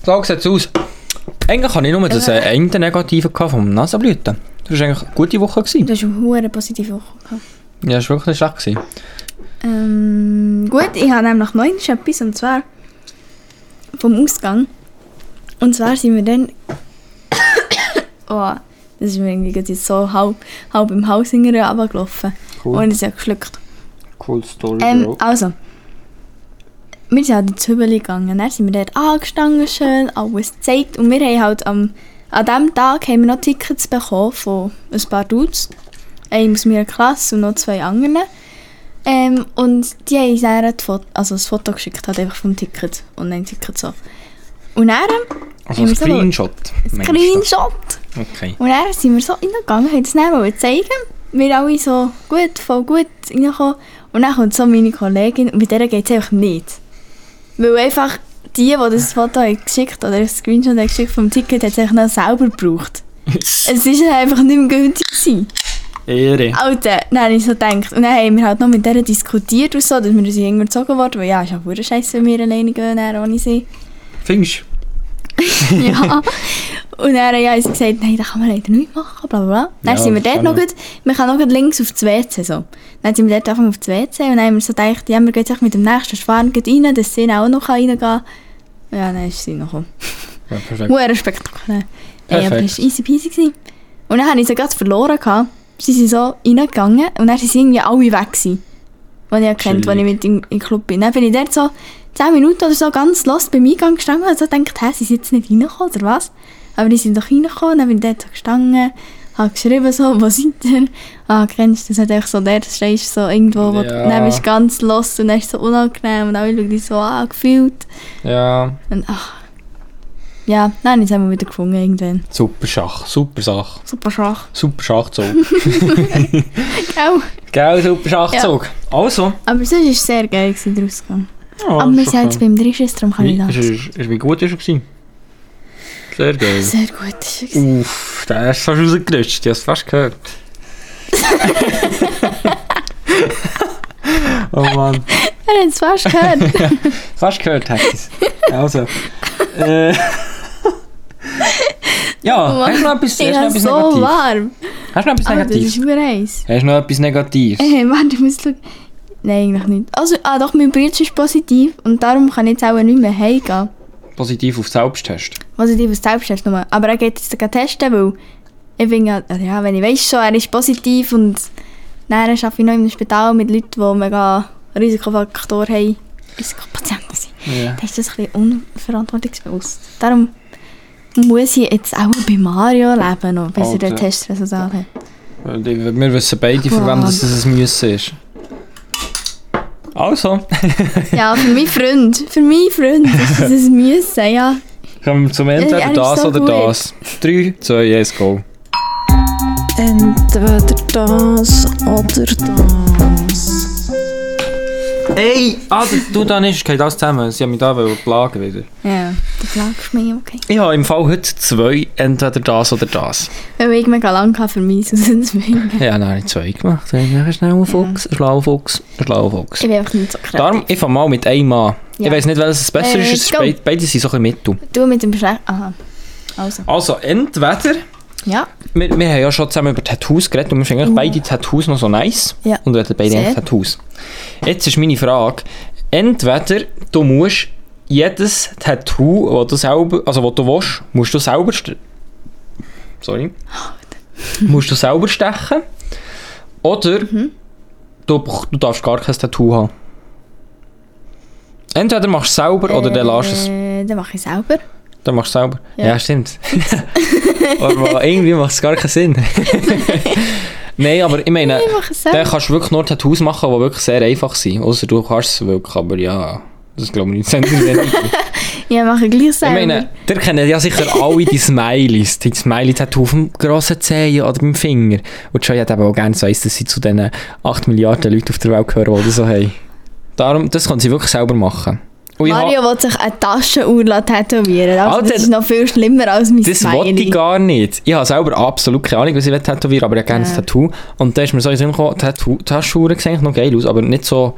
[SPEAKER 2] So sieht's aus. Eigentlich habe ich nur das äh, eine Negative gehabt vom Nasenblüten. Das war eigentlich eine gute Woche. Gewesen.
[SPEAKER 3] Du hast eine hure positive Woche gehabt.
[SPEAKER 2] Ja, das war wirklich nicht schlecht. Gewesen.
[SPEAKER 3] Ähm, gut, ich habe nämlich noch eins etwas, und zwar vom Ausgang. Und zwar sind wir dann... oh, das ist mir irgendwie gerade so halb, halb im Haus hinterher runtergelaufen.
[SPEAKER 2] Cool.
[SPEAKER 3] Und ich habe geschluckt.
[SPEAKER 2] Cool Story,
[SPEAKER 3] Ähm, also, wir sind halt ins Hübeli gegangen. Dann sind wir dort angestanden, schön, alles gezeigt. Und wir haben halt am, an diesem Tag haben wir noch Tickets bekommen von ein paar Dudes. Einem aus meiner Klasse und noch zwei anderen. Ähm, und die haben uns dann ein Foto, also ein Foto geschickt, halt einfach vom Ticket. Und ein Ticket so. Und dann,
[SPEAKER 2] also
[SPEAKER 3] ich
[SPEAKER 2] ein
[SPEAKER 3] muss noch-
[SPEAKER 2] Screenshot. meinst du?
[SPEAKER 3] Screenshot!
[SPEAKER 2] Okay.
[SPEAKER 3] Und dann sind wir so reingegangen, haben das dann zeigen Wir alle so gut, voll gut reingekommen. Und dann kommt so meine Kollegin und mit der geht es einfach nicht. Weil einfach die, die das Foto haben geschickt oder das Screenshot haben geschickt vom Ticket, hat es einfach noch selber gebraucht. es ist halt einfach nicht mehr gültig gewesen.
[SPEAKER 2] Ehre.
[SPEAKER 3] Alter, dann habe ich so gedacht. Und dann haben wir halt noch mit der diskutiert und so, dass wir uns irgendwann gezogen wurden. Weil ja, ist ja wohl scheiße, wenn wir alleine gehen, dann ohne sie.
[SPEAKER 2] Findest
[SPEAKER 3] ja. Und dann ja, haben sie gesagt, nein, das kann man leider nicht machen, bla bla bla. Dann
[SPEAKER 2] Ja,
[SPEAKER 3] sind wir
[SPEAKER 2] das ist
[SPEAKER 3] dort noch
[SPEAKER 2] auch
[SPEAKER 3] gut, wir können noch gut links auf das WC so. Dann sind wir dort einfach auf das WC und dann haben wir so gedacht, ja, wir gehen jetzt mit dem nächsten Schwarm gleich rein, dass sie dann auch noch reingehen kann. Ja, dann ist sie noch gekommen.
[SPEAKER 2] du? Ja, perfekt.
[SPEAKER 3] Huere spektakulär. Ey, aber
[SPEAKER 2] Perfekt.
[SPEAKER 3] das war easy peasy. Gewesen. Und dann habe ich sie gerade verloren. Gehabt. Sie sind so reingegangen und dann sind sie irgendwie alle weg. Gewesen, die ich erkannt, als ich mit in in den Club bin. Dann bin ich dort so 10 Minuten oder so ganz lost beim Eingang gestanden und so gedacht, hä, sie sind jetzt nicht reingekommen oder was? Aber die sind doch reingekommen, dann bin ich dort so gestanden, habe geschrieben so, wo seid ihr? Ah, kennst du das? Hat einfach so der, das stehst du so irgendwo, wo
[SPEAKER 2] Ja.
[SPEAKER 3] du, dann bist du ganz lost und dann ist es so unangenehm und alle schauen dich so an, gefühlt.
[SPEAKER 2] Ja.
[SPEAKER 3] Und ach. Ja, nein, jetzt haben wir wieder gefunden irgendwann.
[SPEAKER 2] Super Schach. Super Sache.
[SPEAKER 3] Super Schach.
[SPEAKER 2] Super Schachzug.
[SPEAKER 3] Gell?
[SPEAKER 2] Gell, super Schachzug. Also.
[SPEAKER 3] Aber sonst war es sehr geil, gewesen, der Ausgang.
[SPEAKER 2] Ja,
[SPEAKER 3] Aber wir
[SPEAKER 2] ist
[SPEAKER 3] sind jetzt
[SPEAKER 2] okay.
[SPEAKER 3] beim Dreischüss, darum kann ich
[SPEAKER 2] Wie-
[SPEAKER 3] das.
[SPEAKER 2] ist- ist- Wie gut ist er? Gewesen? Sehr geil.
[SPEAKER 3] Sehr gut. ist es gewesen.
[SPEAKER 2] Uff, der ist fast rausgerutscht, ich hab's fast gehört. oh Mann.
[SPEAKER 3] Er hat es fast gehört.
[SPEAKER 2] Fast gehört, Hackis. Also. Äh. ja,
[SPEAKER 3] Oh Mann,
[SPEAKER 2] hast du noch etwas, hast du
[SPEAKER 3] ich
[SPEAKER 2] noch
[SPEAKER 3] habe
[SPEAKER 2] etwas
[SPEAKER 3] so
[SPEAKER 2] Negatives?
[SPEAKER 3] warm.
[SPEAKER 2] Hast du noch etwas
[SPEAKER 3] Aber das ist
[SPEAKER 2] Negatives?
[SPEAKER 3] nur eins.
[SPEAKER 2] Hast du noch etwas Negatives?
[SPEAKER 3] Äh, warte, ich muss schauen. Nein, eigentlich nicht. Also, ah doch, mein Bridge ist positiv und darum kann ich jetzt auch nicht mehr heimgehen.
[SPEAKER 2] Positiv auf Selbsttest.
[SPEAKER 3] Positives Selbsttest nur. Aber er geht jetzt gleich testen, weil ich finde, ja- also ja, wenn ich weiss schon, er ist positiv und dann arbeite ich noch im Spital mit Leuten, die mega Risikofaktor haben, Risikopatienten sind.
[SPEAKER 2] Ja.
[SPEAKER 3] Das ist das ein bisschen unverantwortungsbewusst. Darum muss ich jetzt auch bei Mario leben, noch, bis er
[SPEAKER 2] Alter.
[SPEAKER 3] den Testresultat hat.
[SPEAKER 2] Weil die- Wir wissen beide, für
[SPEAKER 3] Oh Mann.
[SPEAKER 2] wem das ein Müssen ist. Also,
[SPEAKER 3] Ja, für meinen Freund, für meinen Freund ist das ein Müssen, ja.
[SPEAKER 2] kommen wir zum
[SPEAKER 3] Ey, Äh, er
[SPEAKER 2] Entweder
[SPEAKER 3] ist
[SPEAKER 2] das
[SPEAKER 3] so
[SPEAKER 2] oder
[SPEAKER 3] gut.
[SPEAKER 2] das. 3, 2, 1, go.
[SPEAKER 5] Entweder das oder das.
[SPEAKER 2] Ey, ah, du- du da nicht, geht alles zusammen. Sie haben mich da wollen plagen wieder.
[SPEAKER 3] Ja, du plagst mich, okay.
[SPEAKER 2] Ich habe im Fall heute zwei, entweder das oder das.
[SPEAKER 3] Weil ich mega lange hatte für mich, sonst sind es mir-
[SPEAKER 2] Ja, dann habe ich zwei gemacht. Dann habe ich schnell einen Fuchs, einen schlauen Fuchs, einen schlauen Fuchs.
[SPEAKER 3] Mhm. Ich bin einfach nicht so krass.
[SPEAKER 2] Darum, ich fange mal mit einem an.
[SPEAKER 3] Ja.
[SPEAKER 2] Ich weiß nicht, welches besser ist.
[SPEAKER 3] Äh,
[SPEAKER 2] Es ist
[SPEAKER 3] go.
[SPEAKER 2] beid- beide sind so ein bisschen mittel.
[SPEAKER 3] Du mit dem Schlecht. Aha. Also.
[SPEAKER 2] Also, entweder
[SPEAKER 3] Ja.
[SPEAKER 2] Wir, wir haben ja schon zusammen über Tattoos geredet und wir finden eigentlich beide Tattoos noch so nice.
[SPEAKER 3] Mhm. Ja.
[SPEAKER 2] Und wir beide
[SPEAKER 3] Sehr.
[SPEAKER 2] eigentlich Tattoos. Jetzt ist meine Frage. Entweder du musst jedes Tattoo, das du selber, also was du willst, musst du selber st- Sorry. musst du selber stechen. Oder
[SPEAKER 3] Mhm.
[SPEAKER 2] du, brauch- du darfst gar kein Tattoo haben. Entweder machst du es selber oder dann lässt du es.
[SPEAKER 3] Äh, Dann mache ich es selber.
[SPEAKER 2] Dann machst du sauber. Ja,
[SPEAKER 3] Ja.
[SPEAKER 2] stimmt. aber irgendwie macht es gar keinen Sinn. Nein, aber ich meine,
[SPEAKER 3] Ich mache es
[SPEAKER 2] dann
[SPEAKER 3] selber.
[SPEAKER 2] kannst du wirklich nur Tattoos machen, die wirklich sehr einfach sind. Außer du kannst es wirklich, aber ja, das glaube ich nicht. Sind die wenigsten.
[SPEAKER 3] Ja, mache ich gleich
[SPEAKER 2] ich
[SPEAKER 3] selber.
[SPEAKER 2] meine, ihr kennt ja sicher alle die Smileys. Die Smiley-Tattoo auf dem grossen Zehen oder beim Finger. Und schon hat eben auch gerne so eins, dass sie zu diesen 8 Milliarden Leuten auf der Welt gehören, die das so haben. Darum, das kann sie wirklich selber machen. Und ich
[SPEAKER 3] Mario will sich eine Taschenuhr lassen tätowieren. Also,
[SPEAKER 2] Alter,
[SPEAKER 3] das ist noch viel schlimmer als mein
[SPEAKER 2] Das
[SPEAKER 3] Smiley.
[SPEAKER 2] wollte ich gar nicht. Ich habe selber absolut keine Ahnung, was ich tätowieren aber ich habe gerne ein
[SPEAKER 3] Ja.
[SPEAKER 2] Tattoo. Und da ist mir so in den Sinn gekommen, Tattoo- Taschenuhren sehen eigentlich noch geil aus, aber nicht so,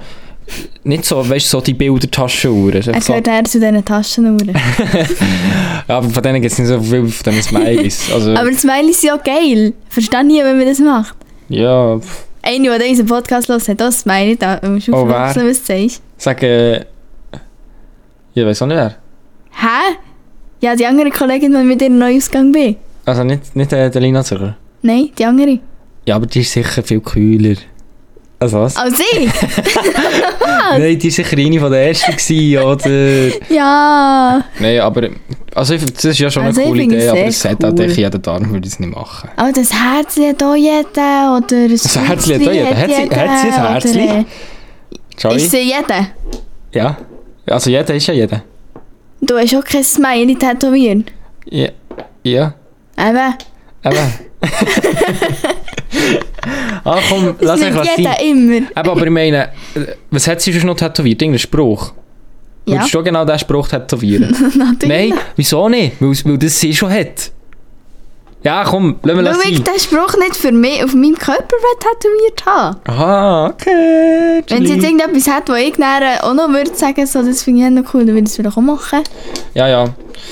[SPEAKER 2] nicht so, weißt du, so die Bilder Taschenuhren.
[SPEAKER 3] Er
[SPEAKER 2] So,
[SPEAKER 3] gehört eher zu diesen Taschenuhren.
[SPEAKER 2] ja, von denen gibt es nicht so viel, von denen Smileys. Also,
[SPEAKER 3] Aber Smileys sind ja geil. Verstehe nie, wenn man das macht.
[SPEAKER 2] ja, pff,
[SPEAKER 3] Einer, der diesen Podcast hört, hat auch ein Smiley. Da musst du
[SPEAKER 2] Oh,
[SPEAKER 3] aufpassen, was du sagst.
[SPEAKER 2] sagen, äh, ich weiß auch nicht wer.
[SPEAKER 3] Hä? Ja, die andere Kollegin, die mit ihr neu ausgegangen bin.
[SPEAKER 2] Also nicht, nicht äh, der Lina Zucker.
[SPEAKER 3] Nein, die andere.
[SPEAKER 2] Ja, aber die ist sicher viel kühler. Also was?
[SPEAKER 3] Als ich? Ah.
[SPEAKER 2] Nein, die war sicher eine von der ersten, gewesen, oder?
[SPEAKER 3] ja.
[SPEAKER 2] Nein, aber also ich, das ist ja schon
[SPEAKER 3] Also ich
[SPEAKER 2] eine coole
[SPEAKER 3] finde
[SPEAKER 2] Idee,
[SPEAKER 3] es
[SPEAKER 2] aber
[SPEAKER 3] sehr
[SPEAKER 2] es hat auch
[SPEAKER 3] cool.
[SPEAKER 2] ich jeden Tag würde ich es nicht machen.
[SPEAKER 3] Aber das Herzli hat auch jeder. Oder das
[SPEAKER 2] Ein Herzli hat auch jeder. Hat sie- hat sie ein Herzli? Sorry?
[SPEAKER 3] Ist sie jeder?
[SPEAKER 2] Ja. Also jeder ist ja jeder.
[SPEAKER 3] Du hast auch kein Smiley tätowiert.
[SPEAKER 2] Ja. Ja.
[SPEAKER 3] Eben.
[SPEAKER 2] Eben. ah komm, lass mich
[SPEAKER 3] Nicht
[SPEAKER 2] was sein.
[SPEAKER 3] jeder immer.
[SPEAKER 2] Eben, aber ich meine, äh, was hat sie sonst noch tätowiert? Irgendeinen Spruch?
[SPEAKER 3] Ja.
[SPEAKER 2] Würdest du genau diesen Spruch tätowieren?
[SPEAKER 3] Natürlich.
[SPEAKER 2] Nein, wieso nicht? Weil, weil das sie schon hat. Ja komm, lass mal
[SPEAKER 3] Weil ich
[SPEAKER 2] sein.
[SPEAKER 3] den Spruch nicht für mich auf meinem Körper will tätowiert habe.
[SPEAKER 2] Aha, okay.
[SPEAKER 3] Wenn sie
[SPEAKER 2] chillig.
[SPEAKER 3] jetzt irgendetwas hat, was ich dann äh, auch noch würde sagen, so, das finde ich auch noch cool, dann würde ich es vielleicht auch machen.
[SPEAKER 2] Ja, ja.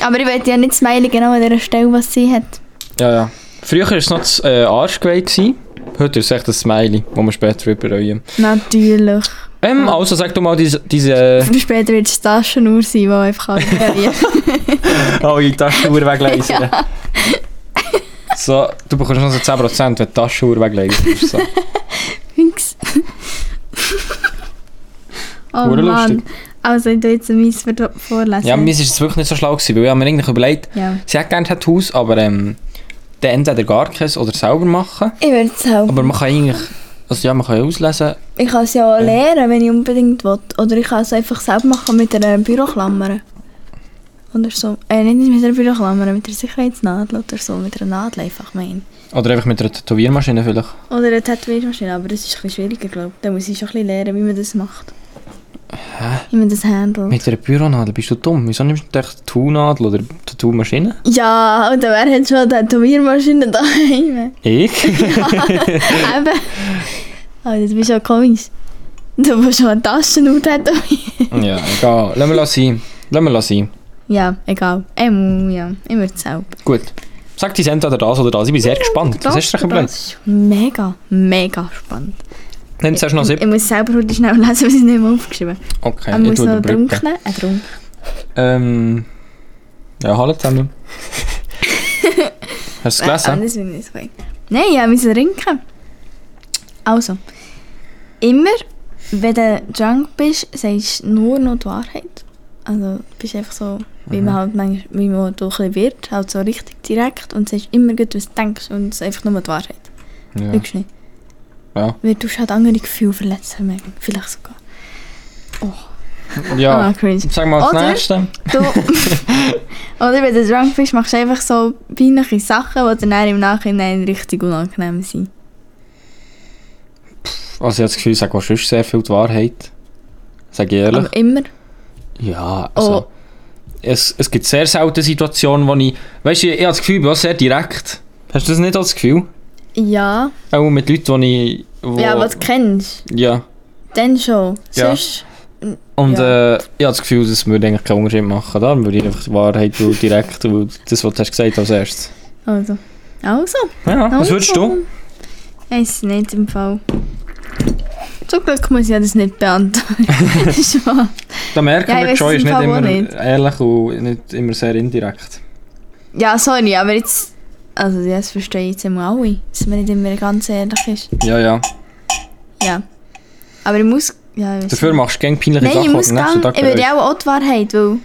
[SPEAKER 3] Aber ich will ja nicht smiley genau an der Stelle, was sie hat.
[SPEAKER 2] Ja, ja. Früher war es noch das äh, Arschgeweih. gewesen. Heute ist es echt ein Smiley, wo wir später überreuen.
[SPEAKER 3] Natürlich.
[SPEAKER 2] Ähm, also sag doch mal diese... äh, diese
[SPEAKER 3] Aber später wird es die Taschenuhr sein, die einfach alle
[SPEAKER 2] oh, die Taschenuhr wegleisen. So, du bekommst noch so 10%, wenn du die Taschenuhr wegleisen so.
[SPEAKER 3] Hinks. oh
[SPEAKER 2] Hure
[SPEAKER 3] Mann.
[SPEAKER 2] lustig.
[SPEAKER 3] Also, ich tu jetzt meins vor- vorlesen.
[SPEAKER 2] Ja, mir ist es wirklich nicht so schlau gewesen, weil ich habe mir eigentlich überlegt,
[SPEAKER 3] Ja.
[SPEAKER 2] sie hat gerne Tattoos, aber ähm, dann entweder gar keins oder selber machen.
[SPEAKER 3] Ich werde es
[SPEAKER 2] Aber man kann eigentlich... Also ja, man kann ja auslesen.
[SPEAKER 3] Ich kann es ja auch lernen, wenn ich unbedingt will. Oder ich kann es einfach selbst machen mit einer Büroklammer. Oder so. Äh, nicht mit einer Büroklammer, mit einer Sicherheitsnadel oder so. Mit einer Nadel einfach, mein.
[SPEAKER 2] Oder einfach mit einer Tätowiermaschine vielleicht.
[SPEAKER 3] Oder eine Tätowiermaschine, aber das ist ein bisschen schwieriger, glaube ich. Da muss ich schon ein bisschen lernen, wie man das macht. Hä? Wie man das handelt.
[SPEAKER 2] Mit einer Büronadel, bist du dumm? Wieso nimmst du eine Tattoonadel oder eine Tattoo-Maschine?
[SPEAKER 3] Ja, und wer hat schon eine Tätowiermaschine daheim?
[SPEAKER 2] Ich?
[SPEAKER 3] Eben. Aber das ist ja komisch. Du musst schon eine Taschenuhr tätowieren.
[SPEAKER 2] Ja, egal. Lassen wir das sein. Lassen wir das sein.
[SPEAKER 3] Ja, egal. Ähm, ja, ich würde es auch.
[SPEAKER 2] Gut. Sag die entweder das oder das. Ich bin sehr gespannt. Was hast du denn überlegt?
[SPEAKER 3] Das ist mega, mega spannend.
[SPEAKER 2] Nimm zuerst noch
[SPEAKER 3] Ich
[SPEAKER 2] sieben.
[SPEAKER 3] muss selber heute schnell lesen, weil ich es nicht mehr aufgeschrieben habe.
[SPEAKER 2] Okay,
[SPEAKER 3] Ich
[SPEAKER 2] ich
[SPEAKER 3] muss
[SPEAKER 2] tue
[SPEAKER 3] noch
[SPEAKER 2] überbrücken.
[SPEAKER 3] Trunk nehmen. Einen Trunk.
[SPEAKER 2] Ähm... Ja, hallo zusammen. Hast du es
[SPEAKER 3] Äh, aber
[SPEAKER 2] gelesen?
[SPEAKER 3] das will ich nicht sagen. Nein, ja, wir trinken. Also, immer, wenn du drunk bist, sagst du nur noch die Wahrheit. Also, du bist einfach so, wie
[SPEAKER 2] Mhm.
[SPEAKER 3] man halt manchmal, wie man so ein bisschen wird, halt so richtig direkt und sagst immer gut, was du denkst und es ist einfach nur die Wahrheit.
[SPEAKER 2] Ja.
[SPEAKER 3] Wirklich nicht.
[SPEAKER 2] Ja.
[SPEAKER 3] Weil du halt andere Gefühle verletzen, Megan. vielleicht sogar. Ah,
[SPEAKER 2] ja.
[SPEAKER 3] cringe.
[SPEAKER 2] Sag mal das
[SPEAKER 3] Oder-
[SPEAKER 2] Nächste.
[SPEAKER 3] Du, oder wenn du drunk bist, machst du einfach so peinliche Sachen, die dir dann im Nachhinein richtig unangenehm sind.
[SPEAKER 2] Also ich habe das Gefühl, ich sage wahrscheinlich sehr viel die Wahrheit. Sag ich ehrlich.
[SPEAKER 3] Aber Oh. immer.
[SPEAKER 2] Ja, also... Es, es gibt sehr selten Situationen, wo ich... Weißt du, ich habe das Gefühl, ich bin auch sehr direkt. Hast du das nicht auch das Gefühl?
[SPEAKER 3] Ja.
[SPEAKER 2] Auch mit Leuten, die ich... wo-
[SPEAKER 3] Ja, was du kennst.
[SPEAKER 2] Ja.
[SPEAKER 3] Dann schon.
[SPEAKER 2] Ja.
[SPEAKER 3] Sonst,
[SPEAKER 2] Und
[SPEAKER 3] Ja.
[SPEAKER 2] äh, ich habe das Gefühl, das würde eigentlich keinen Unterschied machen. Darum würde ich einfach die Wahrheit weil direkt, weil das, was du hast gesagt hast, als erstes.
[SPEAKER 3] also. Also.
[SPEAKER 2] Ja, was würdest du?
[SPEAKER 3] Weiß nicht im Fall. Zum Glück muss ich ja das nicht beantworten. Schon.
[SPEAKER 2] Da merken
[SPEAKER 3] Ja, ich
[SPEAKER 2] wir,
[SPEAKER 3] weiss
[SPEAKER 2] Joy
[SPEAKER 3] es
[SPEAKER 2] ist
[SPEAKER 3] im
[SPEAKER 2] nicht
[SPEAKER 3] Fall
[SPEAKER 2] immer
[SPEAKER 3] auch nicht.
[SPEAKER 2] ehrlich und nicht immer sehr indirekt.
[SPEAKER 3] ja, sorry, aber jetzt. Also, das verstehe ich jetzt immer alle, dass man nicht immer ganz ehrlich ist.
[SPEAKER 2] Ja, ja.
[SPEAKER 3] Ja. Aber ich muss. Ja, ich weiss
[SPEAKER 2] Dafür
[SPEAKER 3] nicht.
[SPEAKER 2] machst du gerne peinliche
[SPEAKER 3] Nein, ich
[SPEAKER 2] Sachen, die
[SPEAKER 3] muss
[SPEAKER 2] du am nächsten
[SPEAKER 3] gehen.
[SPEAKER 2] Tag
[SPEAKER 3] Ich will
[SPEAKER 2] bereust.
[SPEAKER 3] ja auch die Wahrheit, weil.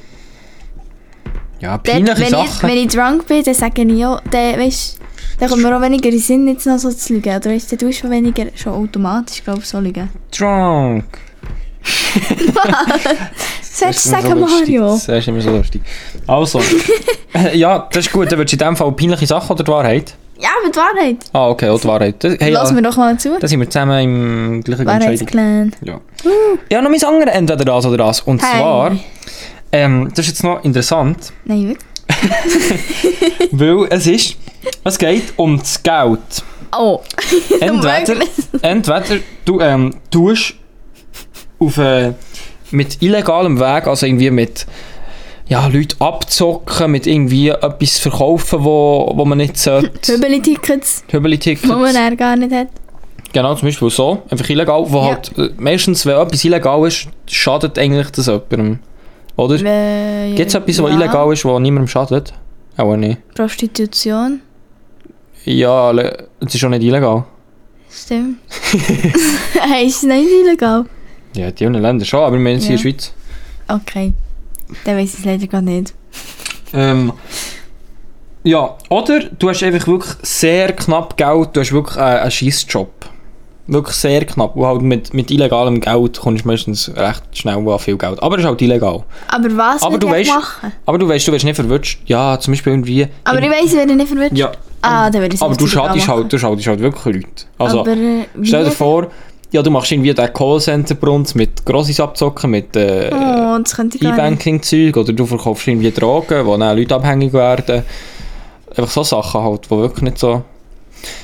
[SPEAKER 2] Ja,
[SPEAKER 3] Dort,
[SPEAKER 2] peinliche
[SPEAKER 3] wenn, ich,
[SPEAKER 2] Sachen.
[SPEAKER 3] wenn ich drunk bin, dann sage ich ja, dann, weißt, dann kommt mir auch weniger in den Sinn, jetzt noch so zu lügen. Oder weißt, dann tust du schon weniger, schon automatisch, glaube ich, so lügen.
[SPEAKER 2] Drunk.
[SPEAKER 3] Sagst du,
[SPEAKER 2] immer
[SPEAKER 3] sag
[SPEAKER 2] lustig.
[SPEAKER 3] Mario.
[SPEAKER 2] Das ist immer so lustig. Also. ja, das ist gut. Dann würdest du in dem Fall peinliche Sachen oder die Wahrheit?
[SPEAKER 3] Ja, aber die Wahrheit.
[SPEAKER 2] Ah, okay, auch die Wahrheit. Das, hey, oh.
[SPEAKER 3] Lass
[SPEAKER 2] ja,
[SPEAKER 3] mir doch mal zu.
[SPEAKER 2] da sind wir zusammen im gleichen Entscheidung.
[SPEAKER 3] Wahrheitsclan.
[SPEAKER 2] Ja. ja, noch mein anderes entweder das oder das. Und
[SPEAKER 3] Hey.
[SPEAKER 2] zwar, ähm, das ist jetzt noch interessant,
[SPEAKER 3] Nein, wirklich.
[SPEAKER 2] weil es ist, es geht um das Geld.
[SPEAKER 3] Oh.
[SPEAKER 2] Entweder,
[SPEAKER 3] Möglich.
[SPEAKER 2] entweder du ähm, tust auf, äh, mit illegalem Weg, also irgendwie mit ja, Leuten abzocken, mit irgendwie etwas verkaufen, wo, wo man nicht sollte.
[SPEAKER 3] Hübeli-Tickets, die man
[SPEAKER 2] Hübeli-Tickets.
[SPEAKER 3] er gar nicht hat.
[SPEAKER 2] Genau, zum Beispiel so. Einfach illegal, wo
[SPEAKER 3] Ja.
[SPEAKER 2] halt, äh, meistens, wenn etwas illegal ist, schadet eigentlich das jemandem. Oder?
[SPEAKER 3] Äh,
[SPEAKER 2] Gibt es etwas, was
[SPEAKER 3] ja.
[SPEAKER 2] illegal ist, wo niemandem schadet? Auch nicht.
[SPEAKER 3] Prostitution.
[SPEAKER 2] Ja, le- es ist schon nicht illegal.
[SPEAKER 3] Stimmt. hey, ist nicht illegal?
[SPEAKER 2] Ja, die anderen Länder schon, aber wir meinen sie in
[SPEAKER 3] Ja.
[SPEAKER 2] der Schweiz.
[SPEAKER 3] Okay. Dann weiß ich es leider gar nicht.
[SPEAKER 2] Ähm, ja, oder du hast einfach wirklich sehr knapp Geld, du hast wirklich äh, einen Scheissjob. Wirklich sehr knapp. Und halt mit, mit illegalem Geld kommst du meistens recht schnell an viel Geld. Aber es ist halt illegal.
[SPEAKER 3] Aber was
[SPEAKER 2] Aber
[SPEAKER 3] würd
[SPEAKER 2] du
[SPEAKER 3] ich
[SPEAKER 2] weißt-
[SPEAKER 3] machen?
[SPEAKER 2] Aber du weißt, du wirst nicht verwirrt. Ja, zum Beispiel irgendwie...
[SPEAKER 3] Aber ich weiss, ich werde nicht verwirrt.
[SPEAKER 2] ja,
[SPEAKER 3] Ah, dann würde ich
[SPEAKER 2] aber du schadest halt, du schadest halt wirklich Leute. Also,
[SPEAKER 3] aber, äh,
[SPEAKER 2] stell dir
[SPEAKER 3] wie?
[SPEAKER 2] vor, ja, du machst irgendwie den Callcenter-Brunz mit Grossis abzocken, mit... Äh,
[SPEAKER 3] Oh, das könnte ich gar nicht.
[SPEAKER 2] E-Banking-Zeug oder du verkaufst irgendwie Drogen, wo dann Leute abhängig werden. Einfach so Sachen halt, die wirklich nicht so,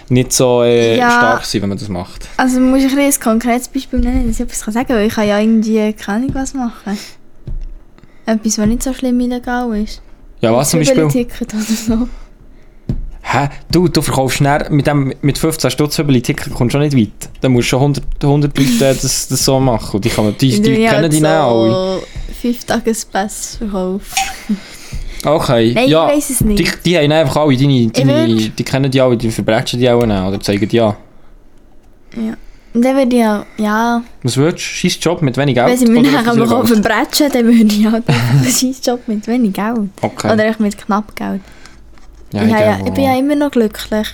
[SPEAKER 2] nicht so äh,
[SPEAKER 3] Ja.
[SPEAKER 2] stark sind, wenn man das macht.
[SPEAKER 3] Also muss ich ein bisschen ein konkretes Beispiel nennen, dass ich etwas sagen kann, weil ich kann ja irgendwie keine Ahnung was machen. Etwas, was nicht so schlimm illegal ist.
[SPEAKER 2] Ja, was zum Beispiel?
[SPEAKER 3] Ticket oder so.
[SPEAKER 2] Hä? Du, du verkaufst schnell mit, dem, mit 15 Stutz über die Ticket, kommst schon nicht weit. Dann musst du schon 100, 100 Leute äh, das, das so machen. Und Die, kann man, die,
[SPEAKER 3] Dann
[SPEAKER 2] die
[SPEAKER 3] ich
[SPEAKER 2] kennen die
[SPEAKER 3] halt
[SPEAKER 2] nicht alle.
[SPEAKER 3] so Fünf Tage Spass verkaufen.
[SPEAKER 2] Okay,
[SPEAKER 3] Nein,
[SPEAKER 2] ja.
[SPEAKER 3] ich weiß es nicht.
[SPEAKER 2] Die, die haben einfach alle deine, deine
[SPEAKER 3] würd-
[SPEAKER 2] die kennen die alle, die verbrechen die alle oder zeigen die an.
[SPEAKER 3] Und dann würde ich auch, ja,
[SPEAKER 2] Was willst du? Scheiß Job mit wenig Geld?
[SPEAKER 3] wenn sie mich
[SPEAKER 2] oder
[SPEAKER 3] nachher
[SPEAKER 2] etwas
[SPEAKER 3] mal
[SPEAKER 2] illegal?
[SPEAKER 3] kaufen bretschen, dann würde ich halt einen Scheißjob mit wenig Geld.
[SPEAKER 2] Okay.
[SPEAKER 3] Oder echt mit knapp Geld.
[SPEAKER 2] ja,
[SPEAKER 3] ich,
[SPEAKER 2] ich,
[SPEAKER 3] habe ja,
[SPEAKER 2] glaube
[SPEAKER 3] ich bin
[SPEAKER 2] auch.
[SPEAKER 3] ja immer noch glücklich.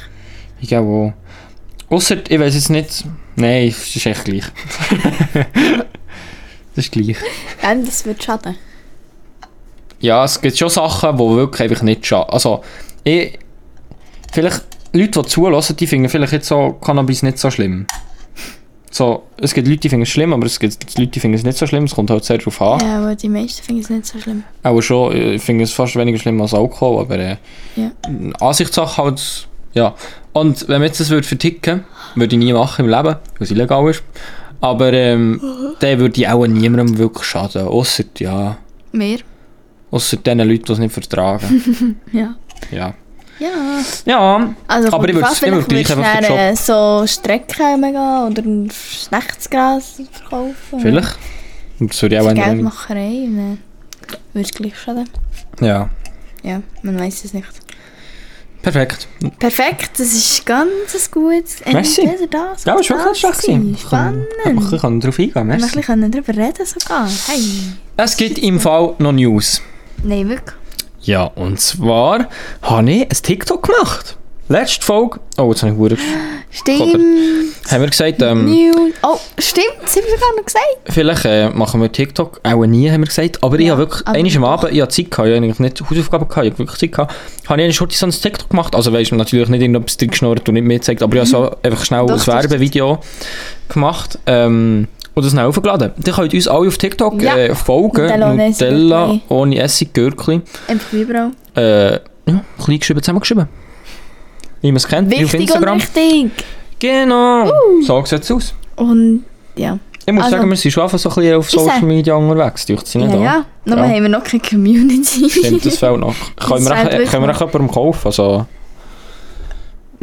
[SPEAKER 2] Ich glaube auch. Ausser, ich weiß jetzt nicht. Nein, es ist echt gleich. das ist gleich.
[SPEAKER 3] Ähm, das wird schaden.
[SPEAKER 2] Ja, es gibt schon Sachen, die wirklich einfach nicht schaden. Also, ich. Vielleicht. Leute, die zulassen, die finden vielleicht jetzt so Cannabis nicht so schlimm. So, es gibt Leute, die finden es schlimm, aber es gibt Leute, die finden es nicht so schlimm. Es kommt halt sehr darauf an.
[SPEAKER 3] Ja, aber die meisten finden es nicht so schlimm.
[SPEAKER 2] Auch schon, äh, ich finde es fast weniger schlimm als Alkohol, aber äh,
[SPEAKER 3] Ja.
[SPEAKER 2] Ansichtssache halt, ja. Und wenn man jetzt das würde verticken, würde ich nie machen im Leben, weil es illegal ist. Aber ähm, dann würde ich auch niemandem wirklich schaden, außer ja,
[SPEAKER 3] Mehr?
[SPEAKER 2] außer den Leuten, die es nicht vertragen.
[SPEAKER 3] Ja.
[SPEAKER 2] ja.
[SPEAKER 3] Ja.
[SPEAKER 2] Ja,
[SPEAKER 3] Also,
[SPEAKER 2] Aber
[SPEAKER 3] kommt
[SPEAKER 2] ich würd's-
[SPEAKER 3] drauf an,
[SPEAKER 2] ich
[SPEAKER 3] vielleicht
[SPEAKER 2] würd gleich
[SPEAKER 3] würdest
[SPEAKER 2] einfach den
[SPEAKER 3] du dann, äh, so Strecken mega oder ein Schnechtsgras verkaufen.
[SPEAKER 2] vielleicht. Und Das würde ich auch
[SPEAKER 3] Für
[SPEAKER 2] ändern.
[SPEAKER 3] Geldmacherei. und Dann würde es gleich schaden.
[SPEAKER 2] Ja,
[SPEAKER 3] Ja, man weiß es nicht.
[SPEAKER 2] perfekt.
[SPEAKER 3] Perfekt, das ist ganz ein gutes
[SPEAKER 2] Merci.
[SPEAKER 3] Entweder das.
[SPEAKER 2] Ja,
[SPEAKER 3] oder
[SPEAKER 2] das war wirklich stark.
[SPEAKER 3] das
[SPEAKER 2] gewesen.
[SPEAKER 3] gewesen. Ah, Spannend.
[SPEAKER 2] Ich kann- Ich kann darauf eingehen,
[SPEAKER 3] Wir
[SPEAKER 2] merci.
[SPEAKER 3] können darüber reden sogar. Hey.
[SPEAKER 2] Es gibt im Fall noch News.
[SPEAKER 3] Nein, wirklich.
[SPEAKER 2] Ja, und zwar habe ich ein TikTok gemacht. Letzte Folge. Oh, jetzt habe ich verdammt
[SPEAKER 3] Stimmt.
[SPEAKER 2] Haben wir gesagt, ähm,
[SPEAKER 3] New. Oh, stimmt, das haben wir sogar noch gesagt.
[SPEAKER 2] vielleicht äh, machen wir TikTok. Auch nie haben wir gesagt. Aber ich
[SPEAKER 3] Ja,
[SPEAKER 2] habe wirklich,
[SPEAKER 3] aber
[SPEAKER 2] eines am Abend, ich habe Zeit gehabt, ich habe eigentlich nicht Hausaufgaben gehabt, ich habe wirklich Zeit gehabt. Habe ich eine kurz so ein TikTok gemacht. Also weisst du, natürlich nicht irgendwas drin geschnurrt und nicht mitgezeigt, aber ich habe so einfach schnell
[SPEAKER 3] Mhm. Doch,
[SPEAKER 2] ein
[SPEAKER 3] das ist-
[SPEAKER 2] Werbevideo gemacht. Ähm, und das dann aufgeladen. Ihr könnt uns alle auf TikTok
[SPEAKER 3] Ja.
[SPEAKER 2] äh, folgen.
[SPEAKER 3] Nutella ohne Essig,
[SPEAKER 2] Nutella
[SPEAKER 3] Gürkli.
[SPEAKER 2] ohne Essig, Gürkli.
[SPEAKER 3] Einfach überall.
[SPEAKER 2] Äh, ja, klein geschrieben, zusammengeschrieben. Wie man es kennt, auf
[SPEAKER 3] Wichtig und
[SPEAKER 2] Instagram.
[SPEAKER 3] richtig.
[SPEAKER 2] Genau. So sieht es aus.
[SPEAKER 3] Und ja.
[SPEAKER 2] Ich muss
[SPEAKER 3] Also-
[SPEAKER 2] sagen, wir sind schon einfach so ein bisschen auf
[SPEAKER 3] Ich sag-
[SPEAKER 2] Social Media unterwegs. Tut sie nicht
[SPEAKER 3] Ja,
[SPEAKER 2] an.
[SPEAKER 3] ja. Nur
[SPEAKER 2] Ja.
[SPEAKER 3] haben wir noch keine Community.
[SPEAKER 2] dus Stimmt, das fehlt noch. Können wir
[SPEAKER 3] fehlt
[SPEAKER 2] auch-
[SPEAKER 3] wirklich
[SPEAKER 2] können wir auch jemandem kaufen? Also,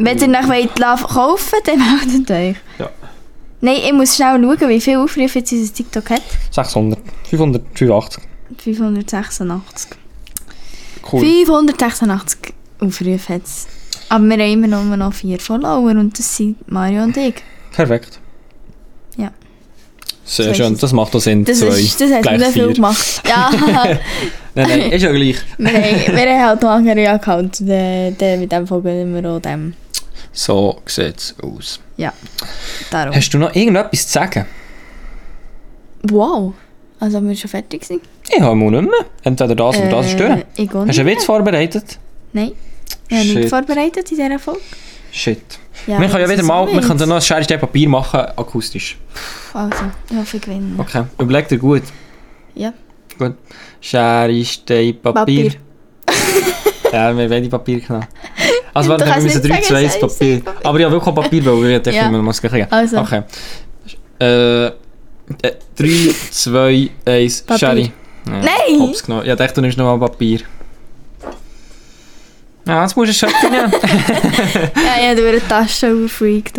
[SPEAKER 3] Wenn ihr noch wollt Love kaufen dann meldet euch.
[SPEAKER 2] Ja.
[SPEAKER 3] Nein, ich muss schnell schauen, wie viele Aufrufe jetzt unser TikTok hat.
[SPEAKER 2] 600, 500, 85.
[SPEAKER 3] 586.
[SPEAKER 2] Cool.
[SPEAKER 3] 586 Aufrufe hat es. Aber wir haben immer nur noch vier Follower und das sind Mario und ich.
[SPEAKER 2] Perfekt.
[SPEAKER 3] Ja. Dus
[SPEAKER 2] Sehr
[SPEAKER 3] So
[SPEAKER 2] schön,
[SPEAKER 3] ist es.
[SPEAKER 2] das macht doch Sinn.
[SPEAKER 3] Das,
[SPEAKER 2] Zwei.
[SPEAKER 3] ist, das hat
[SPEAKER 2] gleich
[SPEAKER 3] nicht viel
[SPEAKER 2] vier.
[SPEAKER 3] gemacht. Ja,
[SPEAKER 2] Nein, nein, ist ja gleich.
[SPEAKER 3] wir, haben, wir haben halt noch andere Accounts. Der, der mit dem folgen wir auch dem.
[SPEAKER 2] So sieht es aus.
[SPEAKER 3] Darum.
[SPEAKER 2] Hast du noch irgendetwas zu sagen?
[SPEAKER 3] Wow. Also wir schon fertig sind.
[SPEAKER 2] Ich habe mal nicht mehr. Entweder das oder
[SPEAKER 3] eh,
[SPEAKER 2] das ist durch.
[SPEAKER 3] Ich gehe
[SPEAKER 2] Hast
[SPEAKER 3] nicht
[SPEAKER 2] du einen
[SPEAKER 3] mehr.
[SPEAKER 2] Witz vorbereitet?
[SPEAKER 3] Nein. Ich habe nichts
[SPEAKER 2] Shit.
[SPEAKER 3] vorbereitet in dieser Folge.
[SPEAKER 2] Shit.
[SPEAKER 3] Ja, dus
[SPEAKER 2] wir können ja
[SPEAKER 3] das
[SPEAKER 2] wieder
[SPEAKER 3] ist
[SPEAKER 2] mal,
[SPEAKER 3] so
[SPEAKER 2] wir können
[SPEAKER 3] wild.
[SPEAKER 2] dann noch ein Schere Stein, Papier eh, machen, akustisch.
[SPEAKER 3] Also, ich hoffe, ich gewinne.
[SPEAKER 2] Okay, überleg dir gut.
[SPEAKER 3] Ja.
[SPEAKER 2] Gut. Schere Stein, Papier.
[SPEAKER 3] Papier.
[SPEAKER 2] ja, wir wollen die Papier genau. Also
[SPEAKER 3] Du
[SPEAKER 2] warte, wir
[SPEAKER 3] kannst
[SPEAKER 2] müssen
[SPEAKER 3] nicht
[SPEAKER 2] 3, 2,
[SPEAKER 3] sagen,
[SPEAKER 2] 1,
[SPEAKER 3] sei-
[SPEAKER 2] Papier. Ah,
[SPEAKER 3] sei Papier.
[SPEAKER 2] Aber ja, wirklich Papier, weil wir
[SPEAKER 3] Ja. Oh,
[SPEAKER 2] denken, wir müssen es gleich
[SPEAKER 3] Also.
[SPEAKER 2] Okay. Äh, 3, 2, 1,
[SPEAKER 3] Papier.
[SPEAKER 2] Schere. Nein!
[SPEAKER 3] Nein!
[SPEAKER 2] Hops genommen. Ja, ich dachte, du nimmst nochmal Papier. Ja, jetzt musst du es schöpfen, ja.
[SPEAKER 3] Ja, ja, du wirst Tasche überfreak.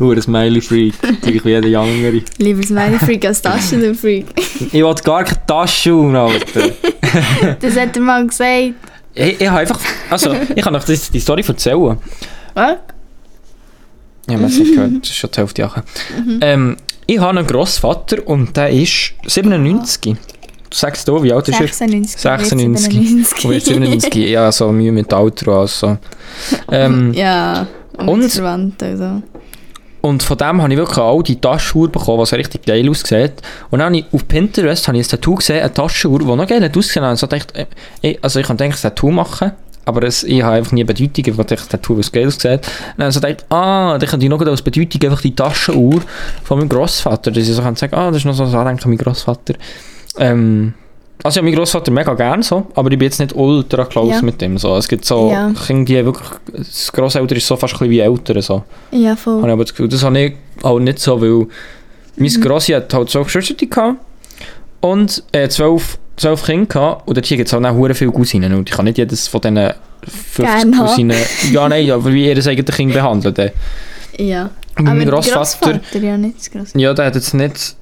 [SPEAKER 2] Nur ein Smiley-Freak, gleich wie jeder andere.
[SPEAKER 3] Lieber Smiley Freak als Taschen Freak.
[SPEAKER 2] Ich will gar keine Taschen, Alter.
[SPEAKER 3] Das hat er mal gesagt.
[SPEAKER 2] ich, ich habe einfach... Also, ich kann euch das- die Story erzählen.
[SPEAKER 3] Was?
[SPEAKER 2] Ja, man hat es nicht gehört, das ist schon die Hälfte Jahre. Ähm, ich habe einen Grossvater und der ist 97. Du sagst du, wie alt ist er?
[SPEAKER 3] 96.
[SPEAKER 2] 96. Und wird 97. Ja, so Mühe mit Alter und alles so. Ähm,
[SPEAKER 3] Ja, und,
[SPEAKER 2] Und-
[SPEAKER 3] und Verwandte und so.
[SPEAKER 2] Und von dem habe ich wirklich eine alte Taschenuhr bekommen, die so richtig geil aussieht. Und dann habe ich auf Pinterest habe ich ein Tattoo gesehen, eine Taschenuhr, die noch geil hat ausgesehen hat. Und so dachte ich, äh, ich- also ich kann eigentlich ein Tattoo machen, aber es, ich habe einfach nie eine Bedeutung, ich wollte einfach ein Tattoo, was geil aussieht. Und dann so dachte ich, ah, dann könnte ich noch gerade als Bedeutung einfach die Taschenuhr von meinem Grossvater, dass ich so kann sagen, ah, das ist noch so ein Andenken an meinen Grossvater. Ähm, also ich habe meinen Grossvater mega gern so, aber ich bin jetzt nicht ultra close
[SPEAKER 3] Ja.
[SPEAKER 2] mit dem. So. Es gibt so
[SPEAKER 3] Ja.
[SPEAKER 2] Kinder, die wirklich, das Grosseltern ist so fast ein bisschen wie Eltern so.
[SPEAKER 3] Ja, voll.
[SPEAKER 2] Habe ich aber das Gefühl, das habe ich auch nicht so, weil mein Grossi hat halt zwölf Geschwister gehabt und äh, zwölf, zwölf Kinder gehabt und dort gibt es halt auch hure viele Cousinen und ich kann nicht jedes von diesen 50
[SPEAKER 3] Gerne haben.
[SPEAKER 2] Cousinen, ja nein, aber wie jedes eigene Kind behandelt. Äh.
[SPEAKER 3] Ja. Ah,
[SPEAKER 2] Und mein
[SPEAKER 3] der
[SPEAKER 2] Grossvater,
[SPEAKER 3] Grossvater, ja, nicht das Grossvater.
[SPEAKER 2] ja der hat jetzt nicht,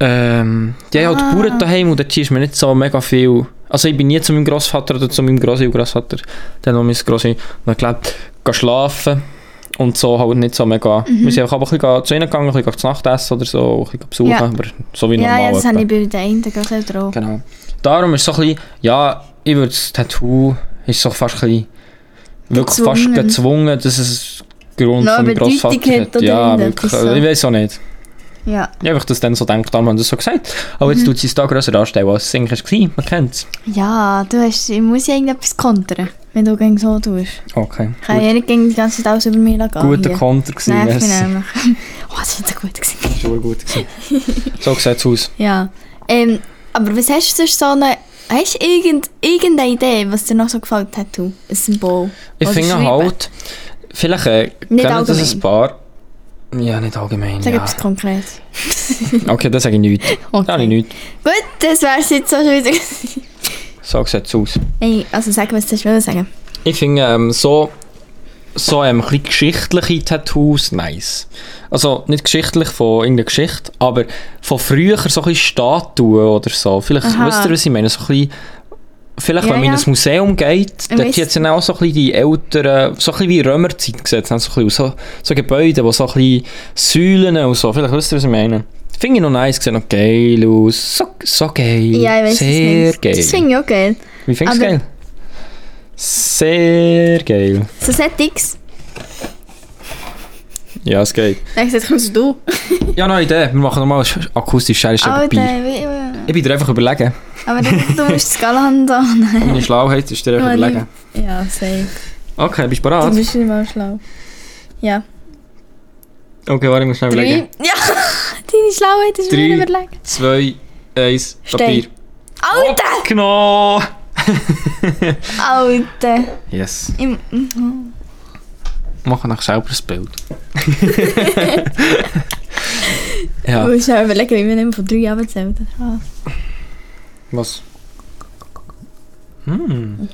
[SPEAKER 2] ähm, die haben halt
[SPEAKER 3] Ah.
[SPEAKER 2] Bauern daheim und dort ist mir nicht so mega viel, also ich bin nie zu meinem Grossvater oder zu meinem Grossi und Grossvater, dann noch mein Grossi, und ich glaube, gehen schlafen und so halt nicht so mega. Wir sind einfach ein bisschen zu ihnen gegangen, ein bisschen zu Nacht essen oder so, ein bisschen besuchen,
[SPEAKER 3] Mhm. Ja.
[SPEAKER 2] aber so wie
[SPEAKER 3] Ja,
[SPEAKER 2] normal.
[SPEAKER 3] ja, das habe ich
[SPEAKER 2] etwa.
[SPEAKER 3] bei den einen Grossvater auch.
[SPEAKER 2] Genau. Darum ist so ein bisschen, ja, ich würde das Tattoo ist so fast ein bisschen, wirklich fast
[SPEAKER 3] Gezwungen.
[SPEAKER 2] gezwungen, dass es Grund
[SPEAKER 3] Noch
[SPEAKER 2] von meinem
[SPEAKER 3] eine Bedeutung
[SPEAKER 2] Grossvater
[SPEAKER 3] hat
[SPEAKER 2] hat.
[SPEAKER 3] oder
[SPEAKER 2] Ja, wirklich. Also
[SPEAKER 3] irgendetwas so.
[SPEAKER 2] Ich weiß auch nicht.
[SPEAKER 3] Ja,
[SPEAKER 2] Ich habe das dann so gedacht, darum haben sie das so gesagt. Aber
[SPEAKER 3] Mhm.
[SPEAKER 2] jetzt tut sie es da grösser darstellen, als es eigentlich war. Man kennt es.
[SPEAKER 3] ja du hast, ich muss ja irgendetwas kontern, wenn du gegen so tust.
[SPEAKER 2] Okay.
[SPEAKER 3] Ich kann ja nicht gegen die ganze Zeit alles über mich lassen.
[SPEAKER 2] Guter
[SPEAKER 3] hier.
[SPEAKER 2] Konter gewesen.
[SPEAKER 3] Nervt mich
[SPEAKER 2] merci.
[SPEAKER 3] nämlich. Oh, das war so gut. Gewesen.
[SPEAKER 2] Schon gut gewesen. So sieht es aus.
[SPEAKER 3] Ja. Ähm, aber was hast du sonst so eine... Hast du irgend, irgendeine Idee, was dir noch so gefällt hat? du? Ein Symbol?
[SPEAKER 2] Ich
[SPEAKER 3] Oder
[SPEAKER 2] finde
[SPEAKER 3] schreiben?
[SPEAKER 2] halt, vielleicht äh, kennen das ein
[SPEAKER 3] allgemein.
[SPEAKER 2] paar. Ja, nicht allgemein.
[SPEAKER 3] Sag
[SPEAKER 2] Ja.
[SPEAKER 3] etwas Konkretes.
[SPEAKER 2] Okay, das sage ich nicht. Okay. Da habe ich nichts.
[SPEAKER 3] Gut, das wär's jetzt so schon wieder. gewesen.
[SPEAKER 2] So sieht es aus.
[SPEAKER 3] Nein, also sag, was du willst sagen.
[SPEAKER 2] Ich finde ähm, so, so ähm, ein bisschen geschichtliche Tattoos nice. Also nicht geschichtlich von irgendeiner Geschichte, aber von früher so ein bisschen Statuen oder so. Vielleicht,
[SPEAKER 3] Aha.
[SPEAKER 2] wisst ihr, was ich meine? So ein bisschen, vielleicht,
[SPEAKER 3] Ja,
[SPEAKER 2] wenn man in
[SPEAKER 3] ja.
[SPEAKER 2] ein Museum geht,
[SPEAKER 3] Ich
[SPEAKER 2] dort
[SPEAKER 3] weiss.
[SPEAKER 2] hat es dann auch so ein bisschen die älteren, so ein bisschen wie Römerzeit gesetzt, so, ein bisschen aus. so, so Gebäude, die so ein bisschen Säulen und so. Vielleicht wisst ihr, was ich meine. Finde ich noch nice, sieht noch geil aus. So, so geil.
[SPEAKER 3] Ja, ich weiß
[SPEAKER 2] Sehr
[SPEAKER 3] es nicht.
[SPEAKER 2] geil.
[SPEAKER 3] Das finde ich auch geil.
[SPEAKER 2] Wie findest du
[SPEAKER 3] Aber-
[SPEAKER 2] geil? Sehr geil.
[SPEAKER 3] So Settings.
[SPEAKER 2] Ja, es geht.
[SPEAKER 3] Nein, ich sag, kommst du.
[SPEAKER 2] Ja, neue Idee. Wir machen nochmal akustisch scheiße
[SPEAKER 3] Oh,
[SPEAKER 2] Papier.
[SPEAKER 3] der, wie, wie-
[SPEAKER 2] Ich bin dir einfach überlegen.
[SPEAKER 3] aber du, du musst das Galant an.
[SPEAKER 2] Meine Schlauheit ist dir einfach
[SPEAKER 3] Mann,
[SPEAKER 2] überlegen.
[SPEAKER 3] Ja, safe.
[SPEAKER 2] Okay, bist du
[SPEAKER 3] Du
[SPEAKER 2] bereit?
[SPEAKER 3] bist nicht mal schlau. Ja.
[SPEAKER 2] Okay, warte, ich muss schnell
[SPEAKER 3] Drei.
[SPEAKER 2] überlegen.
[SPEAKER 3] Ja, deine Schlauheit ist
[SPEAKER 2] Drei.
[SPEAKER 3] mir überlegt.
[SPEAKER 2] 2, 1,
[SPEAKER 3] Stein.
[SPEAKER 2] Papier. Oh,
[SPEAKER 3] Alter!
[SPEAKER 2] Genau! Oh.
[SPEAKER 3] Alter.
[SPEAKER 2] Yes.
[SPEAKER 3] Ich,
[SPEAKER 2] Machen nach selber ein Bild. ja,
[SPEAKER 3] Ich muss ja überlegen, wie wir nicht von drei abzählen. Ah.
[SPEAKER 2] Hmm. was? Hm.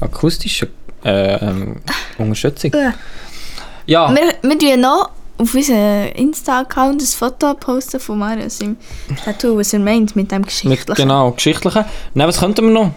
[SPEAKER 2] akustische äh, ähm, Unterstützung.
[SPEAKER 3] Äh.
[SPEAKER 2] Ja,
[SPEAKER 3] Wir, wir tun noch auf unserem Insta-Account ein Foto posten von Marius im Tattoo, was er meint mit dem
[SPEAKER 2] mit,
[SPEAKER 3] Geschichtlichen.
[SPEAKER 2] genau, geschichtliche. Nein, was könnten wir noch?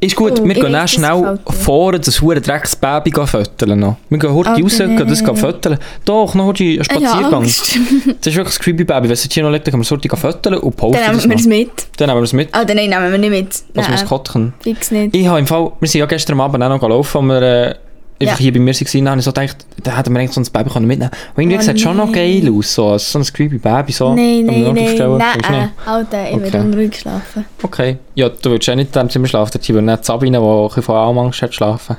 [SPEAKER 2] Ist gut,
[SPEAKER 3] Oh,
[SPEAKER 2] wir
[SPEAKER 3] ich
[SPEAKER 2] gehen
[SPEAKER 3] weiß,
[SPEAKER 2] dann
[SPEAKER 3] das
[SPEAKER 2] schnell
[SPEAKER 3] gefällt dir.
[SPEAKER 2] vor das hure Drecksbaby gehen föteln noch. Wir gehen heute
[SPEAKER 3] Oh,
[SPEAKER 2] raus,
[SPEAKER 3] nee.
[SPEAKER 2] gehen das gehen föteln. Doch, noch heute einen
[SPEAKER 3] Ich habe
[SPEAKER 2] Spaziergang.
[SPEAKER 3] Angst.
[SPEAKER 2] das ist wirklich ein creepy Baby. Wenn es jetzt hier noch liegt, dann können wir es heute gehen föteln und posten
[SPEAKER 3] Dann
[SPEAKER 2] das
[SPEAKER 3] nehmen wir es
[SPEAKER 2] noch.
[SPEAKER 3] mit. Äh.
[SPEAKER 2] Dann nehmen wir es mit.
[SPEAKER 3] Ah, dann nein, nehmen wir nicht mit.
[SPEAKER 2] Also wir
[SPEAKER 3] Nein,
[SPEAKER 2] das Kottchen.
[SPEAKER 3] fix nicht.
[SPEAKER 2] Ich habe im Fall, wir sind ja gestern Abend auch noch gelaufen, als wir äh, einfach
[SPEAKER 3] Ja.
[SPEAKER 2] hier bei mir waren, da habe ich so gedacht, da hätten wir eigentlich so ein Baby können mitnehmen können. Und irgendwie
[SPEAKER 3] Oh,
[SPEAKER 2] sieht es schon noch
[SPEAKER 3] nein.
[SPEAKER 2] geil aus, so, so ein creepy Baby. So,
[SPEAKER 3] nein,
[SPEAKER 2] kann man
[SPEAKER 3] nein,
[SPEAKER 2] noch
[SPEAKER 3] nein,
[SPEAKER 2] draufstellen.
[SPEAKER 3] nein,
[SPEAKER 2] Willst du nicht?
[SPEAKER 3] äh, Alter, ich
[SPEAKER 2] Okay.
[SPEAKER 3] werde unruhig schlafen.
[SPEAKER 2] Okay. Ja, du willst ja nicht in dem Zimmer schlafen, der Tiber, nicht Sabine, die ein bisschen von allem Angst hat, schlafen.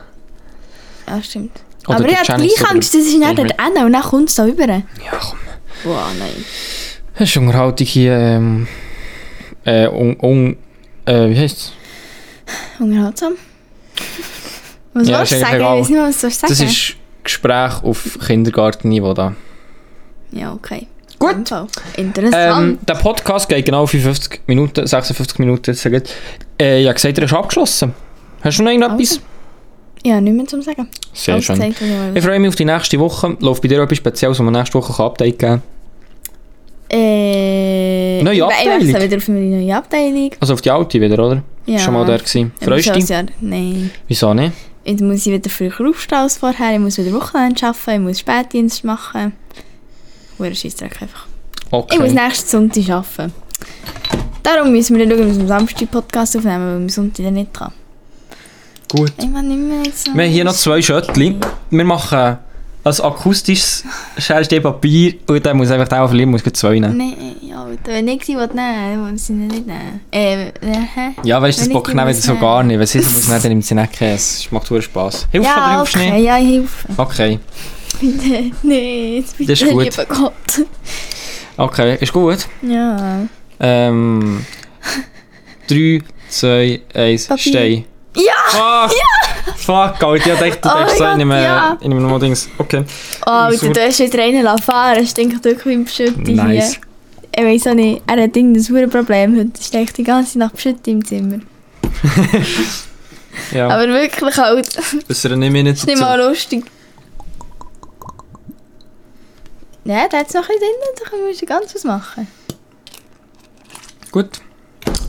[SPEAKER 3] Ja, stimmt.
[SPEAKER 2] Oder
[SPEAKER 3] Aber
[SPEAKER 2] der
[SPEAKER 3] ich habe
[SPEAKER 2] Janice
[SPEAKER 3] gleich
[SPEAKER 2] oder-
[SPEAKER 3] Angst, das ist nicht
[SPEAKER 2] Ich
[SPEAKER 3] dort hin und dann kommt es da rüber.
[SPEAKER 2] Ja, komm.
[SPEAKER 3] Boah, nein.
[SPEAKER 2] Das ist Unterhaltung hier, ähm, äh, un, un, äh, wie heisst's?
[SPEAKER 3] Unterhaltsam. Was
[SPEAKER 2] Ja,
[SPEAKER 3] willst
[SPEAKER 2] ist
[SPEAKER 3] du
[SPEAKER 2] eigentlich
[SPEAKER 3] sagen? Ich
[SPEAKER 2] egal.
[SPEAKER 3] weiß nicht, was du sagen
[SPEAKER 2] Das ist Gespräch auf Kindergartenniveau da.
[SPEAKER 3] Ja, okay.
[SPEAKER 2] Gut.
[SPEAKER 3] In dem Fall.
[SPEAKER 2] Ähm,
[SPEAKER 3] Interessant.
[SPEAKER 2] der Podcast geht genau 55 Minuten, 56 Minuten. Jetzt sagt, äh, ich habe gesagt, er ist abgeschlossen. Hast du noch irgendetwas?
[SPEAKER 3] Also. ja, nichts mehr zum Sagen.
[SPEAKER 2] Sehr
[SPEAKER 3] Alles
[SPEAKER 2] schön.
[SPEAKER 3] gesagt, was ich wollte.
[SPEAKER 2] Ich freue mich auf die nächste Woche. Läuft bei dir etwas Spezielles, was wir nächste Woche ein Update geben kann?
[SPEAKER 3] Äh,
[SPEAKER 2] Neue
[SPEAKER 3] ich we- Ich
[SPEAKER 2] Abteilung.
[SPEAKER 3] wechsle wieder auf meine neue Abteilung.
[SPEAKER 2] Also auf die alte wieder, oder?
[SPEAKER 3] Ja.
[SPEAKER 2] Schon mal der gewesen.
[SPEAKER 3] Ja,
[SPEAKER 2] Freust du
[SPEAKER 3] dieses
[SPEAKER 2] dich?
[SPEAKER 3] Jahr. Nein.
[SPEAKER 2] Wieso nicht?
[SPEAKER 3] Jetzt muss ich wieder früher aufstehen als vorher. Ich muss wieder Wochenende arbeiten. Ich muss Spätdienst machen. Hure Scheissdreck einfach.
[SPEAKER 2] Okay.
[SPEAKER 3] Ich muss nächsten Sonntag arbeiten. Darum müssen wir dann schauen, dass wir am Samstag Podcast aufnehmen, weil wir am Sonntag dann nicht kann.
[SPEAKER 2] Gut.
[SPEAKER 3] Ich meine, nicht mehr so.
[SPEAKER 2] Wir haben hier noch zwei Schöttchen. Wir machen ein akustisches Scherste-Papier und dann muss einfach der, der verlieren muss, gleich zwei nehmen.
[SPEAKER 3] Nein, ja, Alter, wenn ich sie will, nehmen will, sie ihn nicht nehmen. Äh, äh, hä?
[SPEAKER 2] Ja, weißt du, das
[SPEAKER 3] Wenn ich die
[SPEAKER 2] Bock nehmen
[SPEAKER 3] muss
[SPEAKER 2] wir so
[SPEAKER 3] nehmen.
[SPEAKER 2] gar nicht. Wenn sie es nicht, dann nimmt sie nicht Käse. Es macht super Spass. Hilf oder
[SPEAKER 3] Ja,
[SPEAKER 2] hilfst du
[SPEAKER 3] okay,
[SPEAKER 2] nicht?
[SPEAKER 3] ja, ich helfe.
[SPEAKER 2] Okay.
[SPEAKER 3] Bitte, nein, bitte,
[SPEAKER 2] ist gut.
[SPEAKER 3] lieber Gott.
[SPEAKER 2] Okay, ist gut.
[SPEAKER 3] Ja.
[SPEAKER 2] Ähm. 3, 2, 1,
[SPEAKER 3] Papier.
[SPEAKER 2] steh.
[SPEAKER 3] Ja!
[SPEAKER 2] Fuck! Fuck, Alter, ich dachte, du
[SPEAKER 3] Oh
[SPEAKER 2] denkst
[SPEAKER 3] mein
[SPEAKER 2] so in
[SPEAKER 3] Gott, ja.
[SPEAKER 2] einem in einem neuen Dings. Okay.
[SPEAKER 3] Oh, Alter, du hast wieder einen lassen fahren. Es stinkt wirklich wie Beschütte
[SPEAKER 2] Nice.
[SPEAKER 3] hier. Ich weiß auch nicht, er hat irgendein verdammtes Problem heute. Es stinkt die ganze Nacht Beschütte im Zimmer.
[SPEAKER 2] Ja, Ah,
[SPEAKER 3] Aber wirklich halt, ist
[SPEAKER 2] das ist nicht mehr nicht
[SPEAKER 3] nicht
[SPEAKER 2] dazu.
[SPEAKER 3] mal lustig. Nein, da hat es noch ein bisschen drin, da können wir schon ganz was machen.
[SPEAKER 2] Gut.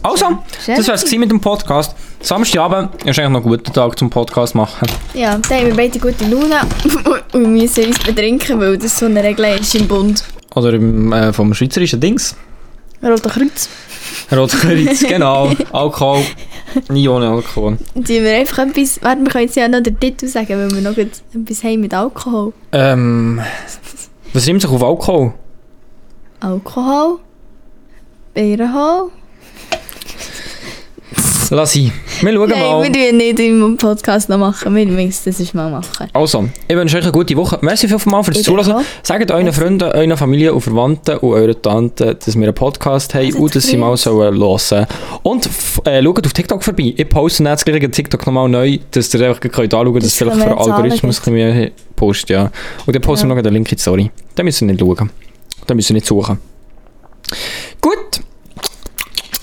[SPEAKER 2] Also,
[SPEAKER 3] Schön.
[SPEAKER 2] das war's gewesen mit dem Podcast. Samstagabend ist eigentlich noch ein guter Tag zum Podcast machen.
[SPEAKER 3] Ja, dann haben wir beide gute Laune und wir müssen uns betrinken, weil das so eine Regel ist im Bund.
[SPEAKER 2] Oder im, äh, vom schweizerischen Dings.
[SPEAKER 3] Roter Kreuz.
[SPEAKER 2] Rotkreuz, genau. Alkohol. Nie ohne Alkohol.
[SPEAKER 3] Dann tun wir einfach etwas, warte, wir können jetzt ja noch den Titel sagen, weil wir noch gut etwas haben mit Alkohol.
[SPEAKER 2] Ähm. Was nimmt sich auf Alkohol?
[SPEAKER 3] Alkohol, Bierhol.
[SPEAKER 2] Lass ihn. Wir schauen mal.
[SPEAKER 3] Nein, wir tun nicht im Podcast noch machen. Wir müssen das erst mal machen.
[SPEAKER 2] Also, ich wünsche euch eine gute Woche. Merci vielmals fürs
[SPEAKER 3] Ich
[SPEAKER 2] Zuhören.
[SPEAKER 3] auch.
[SPEAKER 2] Sagt euren Freunden, euren Familien und Verwandten und euren Tanten, dass wir einen Podcast haben
[SPEAKER 3] Das hat
[SPEAKER 2] und dass sie mal hören
[SPEAKER 3] gefreut.
[SPEAKER 2] sollen. Und f- äh, schaut auf TikTok vorbei. Ich poste jetzt gleich einen TikTok nochmal neu, dass ihr einfach gleich könnt anschauen könnt, dass es
[SPEAKER 3] Dass
[SPEAKER 2] vielleicht für
[SPEAKER 3] wir
[SPEAKER 2] den
[SPEAKER 3] jetzt
[SPEAKER 2] Algorithmus ein
[SPEAKER 3] alle
[SPEAKER 2] bisschen mehr postet. Ja. Und dann posten wir noch den Link in die Story. Den müssen wir nicht schauen. Den müssen wir nicht suchen. Gut.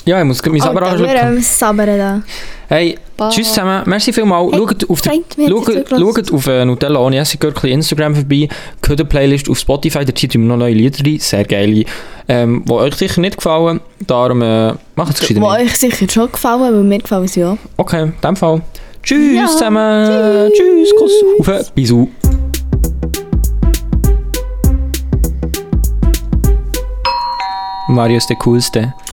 [SPEAKER 2] Ja, ich muss gleich mein Saber
[SPEAKER 3] Alter, wir
[SPEAKER 2] anschauen.
[SPEAKER 3] haben Sabern da.
[SPEAKER 2] Hey,
[SPEAKER 3] Bye.
[SPEAKER 2] tschüss zusammen. Merci vielmals.
[SPEAKER 3] Hey,
[SPEAKER 2] schaut auf die
[SPEAKER 3] Freund, wir haben jetzt
[SPEAKER 2] Schaut,
[SPEAKER 3] zugelassen.
[SPEAKER 2] schaut auf äh, Nutella ohne Essiggürkli Instagram vorbei, hört die Playlist auf Spotify, da zieht immer noch neue Lieder rein, sehr geile, ähm, die euch sicher nicht gefallen, darum äh, macht es
[SPEAKER 3] Wo
[SPEAKER 2] gescheiter mit.
[SPEAKER 3] euch sicher schon gefallen, weil mir gefallen sie auch.
[SPEAKER 2] Okay, in dem Fall. Tschüss
[SPEAKER 3] Ja.
[SPEAKER 2] zusammen, tschüss, Kuss, auf, äh, bisous. Marius der Coolste.